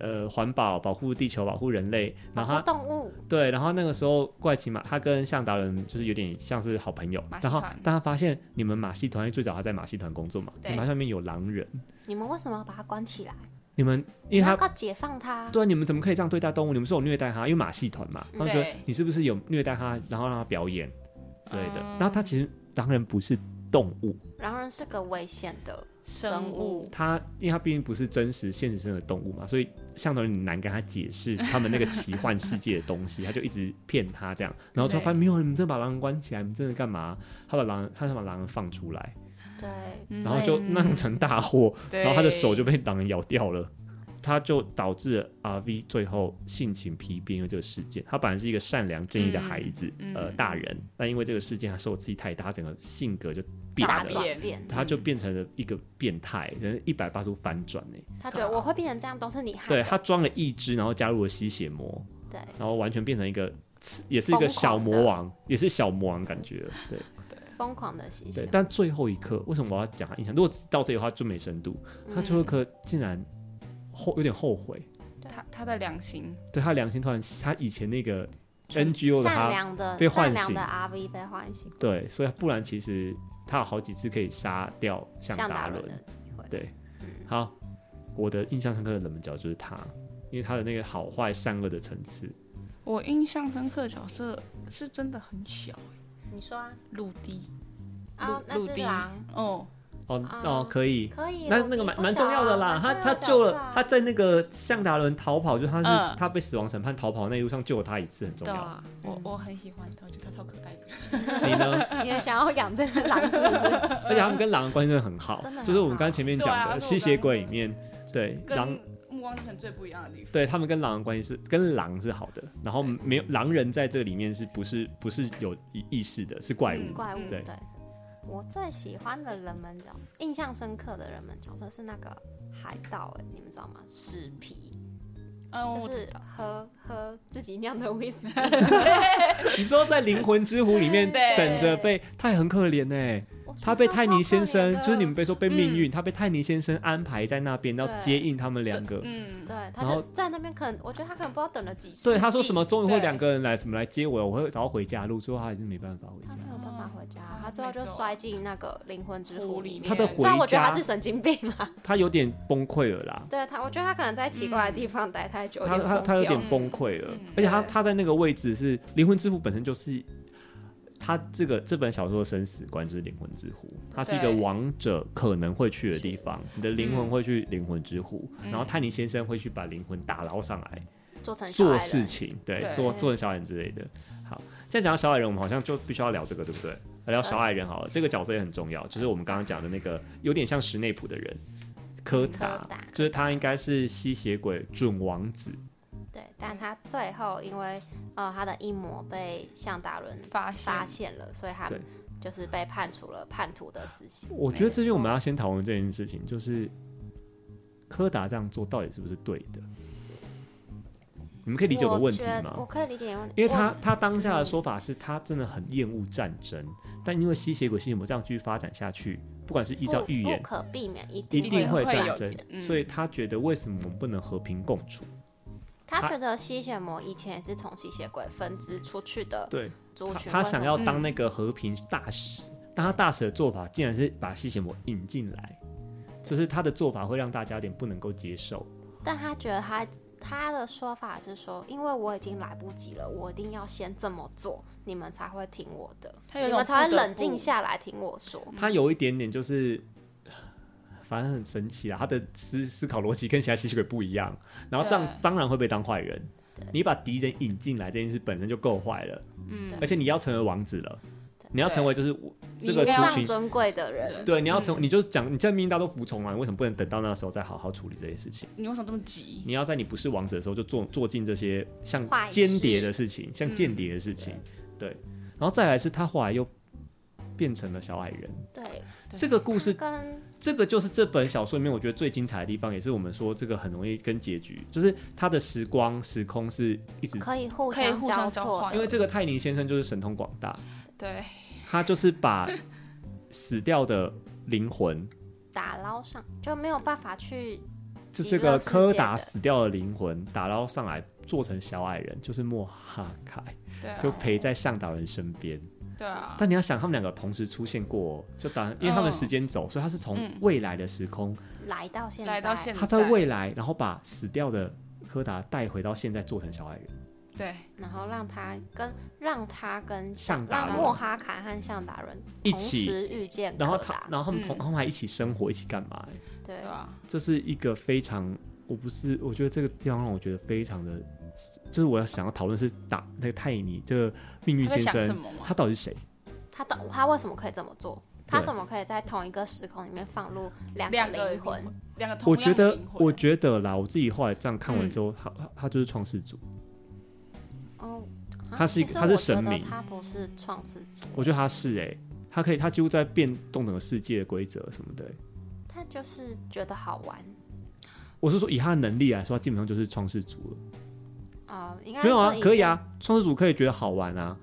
A: 呃环保、保护地球、保护人类。然后
C: 保护
A: 他
C: 动物，
A: 对，然后那个时候怪奇马，他跟向达人就是有点像是好朋友
D: 马。戏
A: 然后
D: 团
A: 但他发现你们马戏团因为最早他在马戏团工作嘛，
D: 对
A: 你们上面有狼人，
C: 你们为什么要把它关起来？
A: 你们因
C: 你
A: 为
C: 要
A: 他。
C: 够解放它，
A: 对啊，你们怎么可以这样对待动物？你们是有虐待它，因为马戏团嘛，他们觉得
D: 对
A: 你是不是有虐待它，然后让它表演之类的。
D: 嗯
A: 然后他其实狼人不是动物，
C: 然后是个危险的
D: 生物
C: 物，
A: 他因为他毕竟不是真实现实生的动物嘛，所以相当于你难跟他解 释他们那个奇幻世界的东西，他就一直骗他这样，然后突然发现没有，你们真的把狼人关起来，你们真的干嘛？他把狼人，他想把狼人放出来，
C: 对，
D: 嗯
A: 然后
C: 所以
A: 就酿成大祸，
D: 对
A: 然后他的手就被狼人咬掉了。他就导致了 RV 最后性情疲变，因为这个事件，他本来是一个善良正义的孩子，
D: 嗯嗯
A: 呃，大人，但因为这个事件，他受刺激太大，他整个性格就变
C: 大
A: 了，
D: 转
C: 转变，
A: 他就变成了一个变态，人一百八十度翻转呢。
C: 他觉得我会变成这样都是你害
A: 对
C: 的，
A: 他装了义肢，然后加入了吸血魔，
C: 对
A: 然后完全变成一个，也是一个小魔王，也是小魔王感觉了。对
C: 疯狂的吸
A: 对
C: 血，，
A: 但最后一刻，为什么我要讲他印啊象？如果到这里的话就没深度。
C: 嗯
A: 他最后一刻竟然后有点后悔，
D: 他他的良心，
A: 对他良心突然，他以前那个
D: 纯
A: NGO 的
C: 善
A: 他，
C: 良的
A: 被唤
C: 善良
A: 醒
C: 的 RV 被唤醒，
A: 对，所以不然其实他有好几次可以杀掉向
C: 像
A: 达
C: 达
A: 伦
C: 伦。的机会，
A: 对，好，我的印象深刻的冷门角就是他，因为他的那个好坏善恶的层次。
D: 我印象深刻的角色是真的很小，
C: 你说啊，
D: 陆地，
C: 啊
D: 陆，
C: 那
D: 陆
C: 只
D: 地
C: 狼
D: 哦，
A: 哦、
C: 啊
A: 哦，可以，
C: 可以，
A: 那
C: 鲁
A: 那个
C: 迪
A: 蛮
C: 不
A: 蛮
C: 小
A: 重要的
C: 啊
A: 啦，
C: 蛮
A: 他
C: 重
A: 他
C: 要的
A: 救
C: 角色
A: 了
C: 啊
A: 他在那个向达伦逃跑，就是他是、
D: 嗯
A: 他被死亡审判逃跑的那一路上救了他一次，很重
D: 对
A: 要。
D: 啊，
C: 嗯
D: 我我很喜欢他，我觉得他超可爱的，
A: 你呢？
C: 你也想要养这只狼是不 是？
A: 而且他们跟狼的关系真的很好
C: 真的，很
A: 就是我们
C: 好
A: 刚刚前面
D: 对啊
A: 讲的
D: 是我
A: 吸血
D: 刚刚
A: 鬼里面，对狼
D: 跟。暮光之城最不一样的地方。
A: 对他们跟狼的关系是跟狼是好的，然后没有狼人在这里面是不是不是有意意识的，是怪物。
D: 嗯
C: 怪物
A: 对
C: 对。我最喜欢的人们角，印象深刻的人们角色是那个海盗，哎，你们知道吗？史皮
D: 嗯，
A: 哦
C: 就
D: 我
C: 是喝喝自己酿 的威士忌，
A: 你说在灵魂之湖里面嗯
D: 对
A: 等着被，他也很可怜呢、欸
C: 我
A: 他被泰尼先生，
C: 超可怜的嗯
A: 就是你们被说被命运，他被泰尼先生安排在那边要
C: 对
A: 接应他们两个。
D: 嗯，
C: 对，他
A: 然后
C: 就在那边，可能我觉得他可能不知道等了几世纪，
A: 对，他说什么终于会
D: 对
A: 两个人来什么来接我，我会早回家路，最后他还是没办法回
C: 他
A: 家。
C: 没有办法回家，
D: 哦
C: 他最后就
D: 没辙
C: 摔进那个灵魂之湖
D: 湖
C: 里
D: 里
C: 面。
A: 他的
D: 虽
A: 回
C: 虽然我觉得
A: 家
C: 他是，神经病啊，
A: 他有点崩溃了啦。
C: 对他，我觉得他可能在奇怪的地方待太久，
A: 他
C: 点
A: 他
C: 疯
A: 他有
C: 掉
A: 点崩溃了，
D: 嗯
A: 而且他
C: 对
A: 他在那个位置是灵魂之湖本身就是他这个这本小说的生死观就是灵魂之湖，它是一个
D: 对
A: 王者可能会去的地方，你的灵
C: 嗯
A: 魂会去灵魂之湖，
D: 嗯
A: 然后泰尼先生会去把灵魂打捞上来
C: 做成小
A: 做
C: 矮
A: 事
C: 人
A: 情，对，
D: 对
A: 做做成小矮人之类的。好，现在讲到小矮人，我们好像就必须要聊这个，对不对？来聊小矮人好了，这个角色也很重要，就是我们刚刚讲的那个有点像史内普的人。柯达
C: 柯达
A: 就是他，应该是吸血鬼准王子，
C: 对，但他最后因为呃他的一魔被向达伦
D: 发现
C: 发现了，所以他
A: 对
C: 就是被判处了叛徒的死刑。
A: 我觉得这边我们要先讨论这件事情，就是柯达这样做到底是不是对的？你们可以理解我的问题
C: 我觉得我
A: 吗？
C: 可以理解你的问题，
A: 因为他
C: 我嗯
A: 他当下的说法是他真的很厌恶战争，但因为吸血鬼吸血魔这样继续发展下去，不管是依照
C: 不
A: 预言
C: 不，可避免，一
A: 一
C: 定
A: 定会
C: 会
A: 有
C: 有
A: 战
D: 有
A: 争，
D: 嗯
A: 所以他觉得为什么我们不能和平共处？
C: 他觉得吸血魔以前也是从吸血鬼分支出去的
A: 对，
C: 族
A: 他
C: 群，
A: 他想要
C: 为什么
A: 当那个和平大使，但他大使的做法竟然是把吸血魔引进来，就是他的做法会让大家有点不能够接受。
C: 但他觉得他他的说法是说，因为我已经来不及了，我一定要先这么做，你们才会听我的，
D: 他有
C: 你
D: 一
C: 们
D: 种
C: 才会
D: 不得不
C: 冷静下来听我说。
A: 他有一点点就是， 反正很神奇啊，他的思思考逻辑跟其他吸血鬼不一样，然后当
D: 对
A: 当然会被当坏人。你把敌人引进来这件事本身就够坏了，
D: 嗯
C: 对
A: 而且你要成为王子了，你要成为就是我这
C: 你
A: 个
C: 不
A: 族
C: 上嗯
A: 群，
C: 尊贵的人，
A: 对，你要成，你就讲，你这命令大家都服从啊，你为什么不能等到那时候再好好处理这些事情？
D: 你为什么这么急？
A: 你要在你不是王者的时候就做做尽这些像
C: 坏事嗯
A: 间谍的事情，像间谍的事情，对，然后再来是他后来又变成了小矮人，
C: 对，
D: 对
A: 这个故事
C: 跟
A: 这个就是这本小说里面我觉得最精彩的地方，也是我们说这个很容易跟结局，就是它的时光时空是一直，
C: 可以互
D: 可以
C: 相
D: 互相交
C: 错
D: 换
C: 的，
A: 因为这个泰宁先生就是神通广大，
D: 对，
A: 他就是把 死掉的灵魂，
C: 打捞上就没有办法去
A: 就
C: 极
A: 这
C: 乐
A: 个
C: 世
A: 柯
C: 界
A: 达
C: 的
A: 死掉的灵魂打捞上来做成小矮人，就是莫哈凯，
D: 对啊
A: 就陪在向导人身边。
D: 对啊，
A: 但你要想，他们两个同时出现过哦，就当然因为他们时间走，所以他是从
D: 嗯
A: 未来的时空
C: 来到现在，
D: 来到现在，
A: 他在未来，然后把死掉的柯达带回到现在，做成小矮人。
D: 对
C: 然后让他跟让他跟
A: 向达
C: 让
A: 人
C: 莫哈卡和向达人
A: 一
C: 同
A: 起
C: 时遇见
A: 然后
C: 柯
A: 他，
C: 达，
A: 然后他们同、
D: 嗯
A: 他们还一起生活，一起干嘛、欸？
C: 对
D: 对啊，
A: 这是一个非常，我不是，我觉得这个地方让我觉得非常的，就是我要想要讨论是打那个泰尼这个命运
D: 他在
A: 先
D: 想什
A: 生，
D: 么嘛？
A: 他到底是谁？
C: 他的他为什么可以这么做？他
A: 对
C: 怎么可以在同一个时空里面放入两
D: 两个
C: 个灵
D: 灵
C: 魂？
D: 两个同
A: 我
D: 样
A: 觉
D: 的
A: 得
D: 灵，魂嗯
A: 我觉得啦，我自己后来这样看完之后，他他他就是创世主，
C: 哦，啊
A: 他是一个
C: 其实
A: 他是
C: 我觉
A: 神
C: 得
A: 明
C: 他不是创世主，
A: 我觉得他是哎、欸他可以，他几乎在变动整个世界的规则什么的欸、
C: 他就是觉得好玩
A: 我是说，以他的能力来说，他基本上就是创世主了。
C: 啊、应该
A: 没有啊
C: 说，
A: 可以
C: 前
A: 啊，创世主可以觉得好玩啊，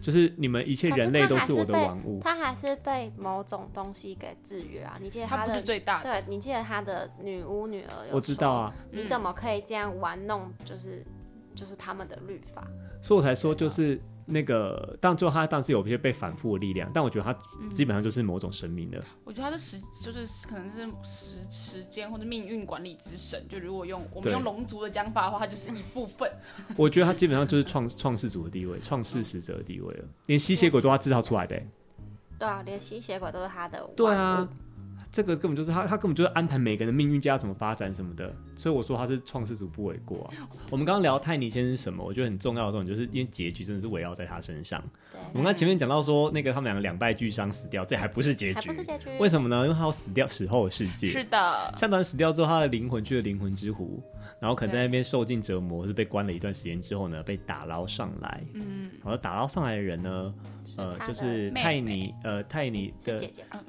A: 就是你们一切人类都我的玩物。
C: 他还是被某种东西给制约啊！你记得
D: 他
C: 的
D: 不是最大的，
C: 对，你记得他的女巫女儿有
A: 我知道
C: 说，
A: 啊，
C: 你
D: 嗯
C: 怎么可以这样玩弄？就是就是他们的律法，
A: 所以我才说就是那个，当然最后他当然是有一些被反复的力量，但我觉得他基本上就是某种神明的。
D: 我觉得他是时，就是可能是时时间或者命运管理之神。就如果用我
A: 对
D: 们用龙族的讲法的话，它就是一部分。
A: 我觉得他基本上就是创创世主的地位，创世使者的地位了，连吸血鬼都他制造出来的欸、
C: 对啊，连吸血鬼都是他的玩物。
A: 对啊，这个根本就是他，他根本就是安排每个人的命运加怎么发展什么的，所以我说他是创世主不为过啊。我们刚刚聊泰尼先生是什么，我觉得很重要的重点，就是因为结局真的是围绕在他身上。
C: 对，
A: 我们刚前面讲到说，那个他们两个两败俱伤死掉，这还不是结
C: 还
A: 局
C: 不，是结局？
A: 为什么呢？因为他要死掉死后的世
D: 是
A: 界。
D: 的，
A: 向导人死掉之后，他的灵魂去了灵魂之湖，然后可能在那边受尽折磨，是被关了一段时间之后呢，被打捞上来。
D: 嗯，
A: 然后打捞上来的人呢，呃，
C: 他
A: 就
C: 的
A: 是
D: 妹
A: 泰尼，呃，泰尼
C: 是
A: 的，
C: 姐姐吧，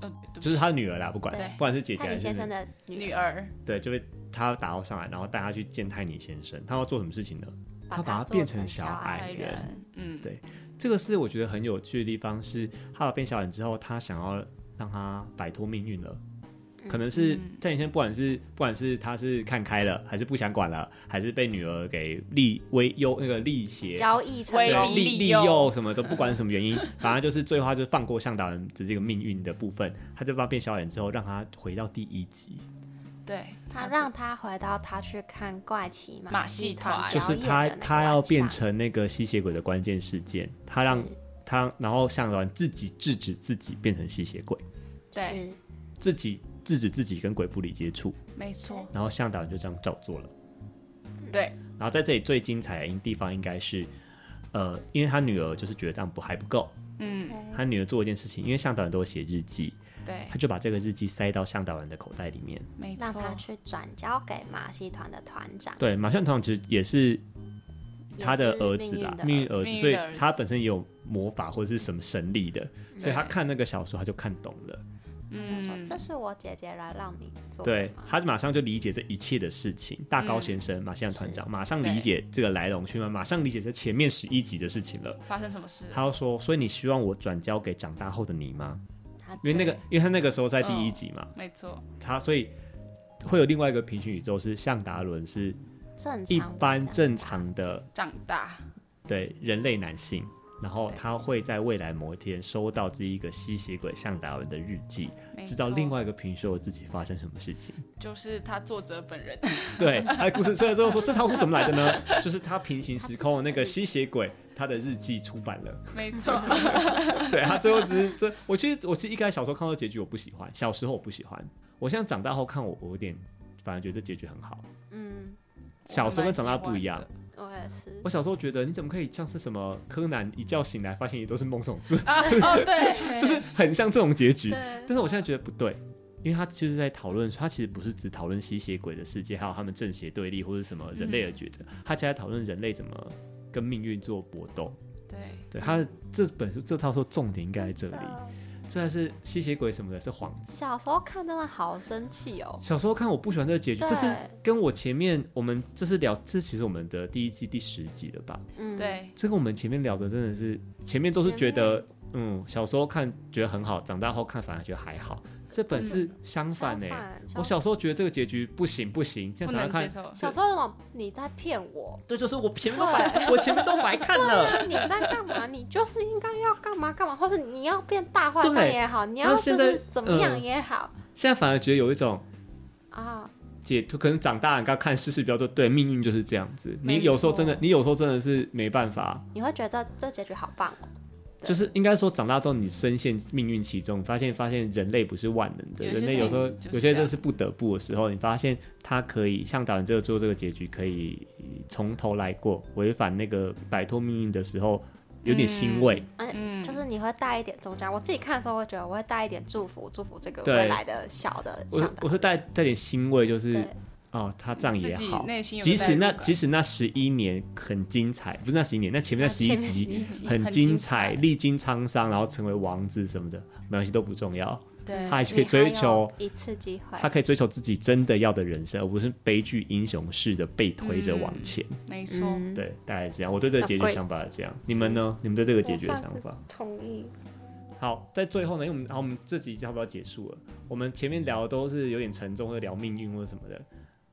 D: 呃，对不
A: 就是他的女儿啦，不管
C: 对
A: 不管是姐姐
C: 泰
A: 还
C: 尼
A: 是
C: 先生
A: 妹妹，
C: 的
D: 起女
C: 女儿，
D: 儿，
A: 对，就被他打捞上来，然后带他去见泰尼先生。他要做什么事情呢？他
C: 把
A: 把
C: 它
A: 他
C: 做
A: 变成
C: 成
A: 小
C: 小矮
A: 矮人，
D: 嗯，
A: 对这个是我觉得很有趣的地方，是哈尔变小人之后，他想要让他摆脱命运了。可能
C: 嗯
A: 是蔡颖先，不管是不管是他是看开了，还是不想管了，还是被女儿给利威诱那个利邪
C: 交易成
D: 威
A: 对
C: 功，
A: 利
D: 利
A: 利
D: 诱
A: 诱什么都不 管什么原因，反正就是最后他就放过向导人的这个命运的部分，他就把他变小人之后，让他回到第一集，
D: 对，
C: 他让他回到他去看怪奇
D: 马戏
C: 戏
D: 团
C: 表
A: 就
C: 演
A: 是
C: 的
A: 他
C: 那个
A: 他要
C: 晚
A: 变
C: 上
A: 成那个吸血鬼的关键事件，他让
C: 是
A: 他然后向导人自己制止自己变成吸血鬼，嗯
D: 对
C: 是
A: 自己制止自己跟鬼不理接触，
D: 没错，
A: 然后向导人就这样照做了。
D: 对，
A: 然后在这里最精彩的地方应该是，呃，因为他女儿就是觉得这样不还不够，
D: 嗯，
C: 对
A: 他女儿做一件事情，因为向导人都会写日记，
D: 对
A: 他，就把这个日记塞到向导人的口袋里面。
D: 没
C: 让
D: 错，
C: 他去转交给马戏团的团长，
A: 对，马炫团长其实也是
C: 也
A: 他的
C: 是
A: 儿子
C: 命
A: 啦
C: 运，的
A: 命运
C: 儿
A: 儿
C: 子
A: 子，
D: 命运的
A: 所以
D: 儿子
A: 他本身也有魔法或者是什么神力的，所以他看那个小说他就看懂了。
C: 他说
D: 嗯
C: 这是我姐姐来让你做的
A: 对
C: 吗？
A: 他马上就理解这一切的事情。大高先
D: 嗯
A: 生、马戏团团长马上理解这个来龙去脉，马上理解这前面十一集的事情了。
D: 发生什么事？
A: 他要说，所以你希望我转交给长大后的你吗？
C: 他
A: 因为那个
C: 对，
A: 因为他那个时候在第一集嘛，
D: 没错，
A: 他所以会有另外一个平行宇宙是向达伦是
C: 正常
A: 一
C: 的
A: 般
C: 这样
A: 正常的
D: 长大，
A: 对人类男性，然后
D: 对
A: 他会在未来某一天收到这一个吸血鬼向达伦的日记，
D: 没
A: 知道
D: 错
A: 另外一个平行宇宙自己发生什么事情。
D: 就是他作者本 人，
A: 对，他的哎故事虽然最后说这套书怎么来的 呢？就是他平行时空的那个吸血鬼，他的日记出版了。
D: 没 错，啊
A: 对他最后只是这，我其实我其实一开始小时候看到结局我不喜欢，小时候我不喜欢，我现在长大后看我我有点反而觉得这结局很好。
C: 嗯，
A: 小时候跟长大不一
D: 我
A: 样
D: 还，
C: 我也是
A: 我。小时候觉得你怎么可以像是什么柯南一觉醒来发现也都是梦中，就是
D: 啊，哦，对，
A: 就是很像这种结局。
C: 对
A: 但是我现在觉得不对，因为他就是在讨论，他其实不是只讨论吸血鬼的世界，还有他们正邪对立或者什么人类的抉择，他其实在讨论人类怎么跟命运做搏斗。
D: 对，
A: 对，他的这本书这套书重点应该在这里，这还是吸血鬼什么的是幌子。
C: 小时候看真的好生气哦，
A: 小时候看我不喜欢这个结局，
C: 对
A: 这是跟我前面我们这是聊，这其实我们的第一季第十集了吧？
C: 嗯，，
D: 对，
A: 这个我们前面聊的真的是前面都是觉得，嗯，小时候看觉得很好，长大后看反而觉得还好。这本是相反欸呢、我小时候觉得这个结局不行不行，
C: 嗯
A: 现在长大看
D: 不能接受
C: 小时候有种你在骗我，
A: 这就是我前面都白，我前面都白看了。
C: 你在干嘛？你就是应该要干嘛干嘛，或者你要变大坏蛋
A: 对
C: 也好，你
A: 那
C: 要
A: 现
C: 就
A: 在嗯
C: 是怎么样也好
A: 现在反而觉得有一种
C: 啊，
A: 解脱，可能长大你刚看世事比较多，对，命运就是这样子。
D: 没
A: 你
D: 错
A: 有时候真的，你有时候真的是没办法，
C: 你会觉得这结局好棒哦，对
A: 就是应该说长大之后你深陷命运其中，发现发现人类不是万能的，
D: 有些
A: 人类有时候
D: 事情就是
A: 有些
D: 这
A: 真
D: 样
A: 是不得不的时候，你发现他可以像导演这个做这个结局，可以从头来过，违反那个摆脱命运的时候，有点欣慰。
D: 嗯，
C: 就是你会带一点怎么讲？我自己看的时候，我觉得我会带一点祝福，祝福这个
A: 对
C: 未来的小的
A: 我
C: 小
A: 是
C: 的，
A: 我是带带点欣慰，就是
C: 对
A: 哦，他这样
D: 自
A: 也
D: 己
A: 好，
D: 内心有个
A: 即使那
D: 代入感
A: 即使那十一年很精彩，不是那十一年，那啊前面那十一
C: 前面
A: 集
C: 11集
A: 很
D: 很
A: 精
D: 精
A: 彩，
D: 彩
A: 历经沧桑，然后成为王子什么的，没关系都不重要，
D: 对
A: 他，还是可以追求。
C: 你还有一次机会，
A: 他可以追求自己真的要的人生，而不是悲剧英雄式的被推着往前。
D: 没错，
C: 嗯，
A: 对，大概是这样。我对这个结局想法是这样。你们呢？你们对这个结局的想法？
C: 同意，
A: 好，在最后呢，因为我们好，我们这集差不多要结束了。我们前面聊的都是有点沉重，的聊命运或者什么的。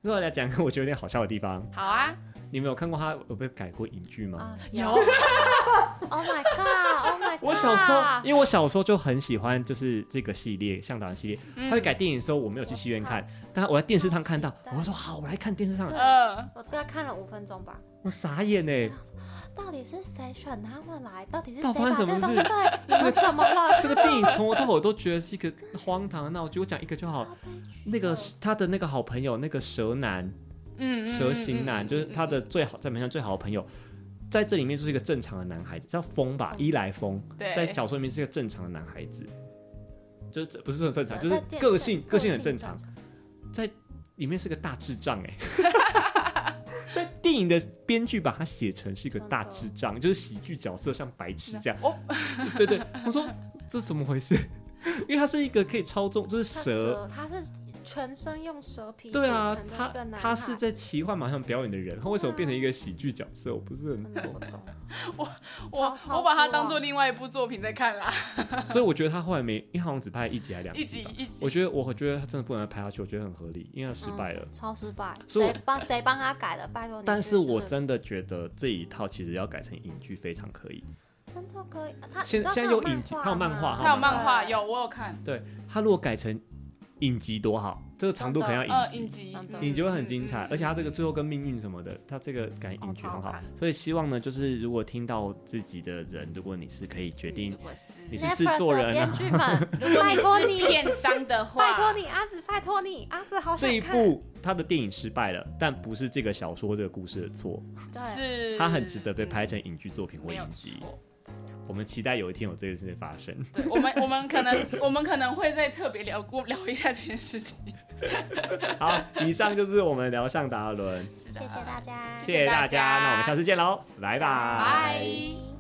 A: 那我来讲个我觉得有点好笑的地方。
D: 好啊，
A: 你们有看过他有被改过影剧吗？
C: 啊，
D: 有
C: Oh my god! Oh my god!
A: 我小时候，
C: 啊
A: 因为我小时候就很喜欢就是这个系列，向导人系列。他会改电影的时候，我没有去戏院看，但我在电视上看到
C: 超，期待
A: 我说好，我来看电视
C: 嗯
A: 上，
D: 呃，
C: 我大概看了五分钟吧。
A: 我傻眼哎、
C: 到底是谁选他们来？到底是
A: 到
C: 谁
A: 底发
C: 把
A: 生
C: 这
A: 什么
C: 个东
A: 事
C: 西对你们怎么了？
A: 这个电影从头到尾都觉得是一个荒唐的闹剧。我讲一个就好，哦那
C: 哦
A: 个是他的那个好朋友，那个蛇男、
D: 嗯，嗯
A: 蛇形男，就是，他
D: 嗯
A: 的最好在门上最好的朋友，在这里面就是一个正常的男孩子，叫风吧，
C: 嗯
A: 伊莱风，
D: 嗯对，
A: 在小说里面是一个正常的男孩子，就是这不是说正常，就是
C: 在电
A: 个
C: 对
A: 性
C: 个
A: 个性很正
C: 正
A: 常，，里面是个大智障 哎、在电影的编剧把他写成是一个大智障，就是喜剧角色像白痴这样。
D: 哦，
A: 对 对，我说这怎么回事？因为他是一个可以操纵，就是
C: 他
A: 蛇，
C: 他是全身用蛇皮
A: 对啊
C: 组成，的
A: 他
C: 一个男
A: 他
C: 孩
A: 是在奇幻马上表演的人，他为什么
C: 对啊
A: 变成一个喜剧角色？我不是很
C: 真的不
A: 懂。
C: 懂，
D: 我
C: 超
D: 我把它
C: 失望
D: 当做另外一部作品在看啦，
A: 所以我觉得他后来没，因为好像只拍一集还两
D: 一集
A: 集吧。
D: 一集。
A: 我觉得我觉得他真的不能拍下去，我觉得很合理，因为他失败了。
C: 嗯超失败，
A: 所以我
C: 谁帮谁帮他改的？拜托你去。
A: 但是我
C: 就
A: 真的觉得这一套其实要改成影剧非常可以。
C: 真的可以，他
A: 现
C: 你知道
A: 现在
C: 他
A: 有
C: 漫
A: 影集
C: 画
A: 他有漫
C: 吗
A: 画
D: 它有漫
C: 对
D: 画，
C: 啊
D: 有我有看，
A: 他如果改成影集多好，这个长度可能要
D: 呃
A: 影，集
D: 影，集嗯
C: 真的，
A: 影集会很精彩。而且他这个最
D: 后，
A: 后跟命运什么的，他这个改影集
C: 哦
A: 很
C: 超好
A: 好
C: 看。
A: 所以希望呢，就是如果听到自己的人，如果你是可以决定
D: 如果嗯是
A: 你是制作人
C: Netflix 的
A: 啊
C: 编剧们，
D: 如果
C: 拜托
D: 你
C: 你
D: 是片商的话，
C: 拜托你阿紫，拜托你阿紫，好想
A: 这一
C: 看
A: 部他的电影失败了，但不是这个小说这个故事的错，
C: 对，
D: 是
A: 它很值得被拍成影剧作品
D: 嗯
A: 或
D: 没有
A: 影集。
D: 错
A: 我们期待有一天有这件事情发生。
D: 对，我们我们可能我们可能会再特别聊过聊一下这件事情。
A: 好，以上就是我们聊上达伦，
D: 谢
C: 谢谢大家，
A: 谢谢大
D: 大
A: 家，
D: 家
A: 那我们下次见喽，拜拜
D: 拜。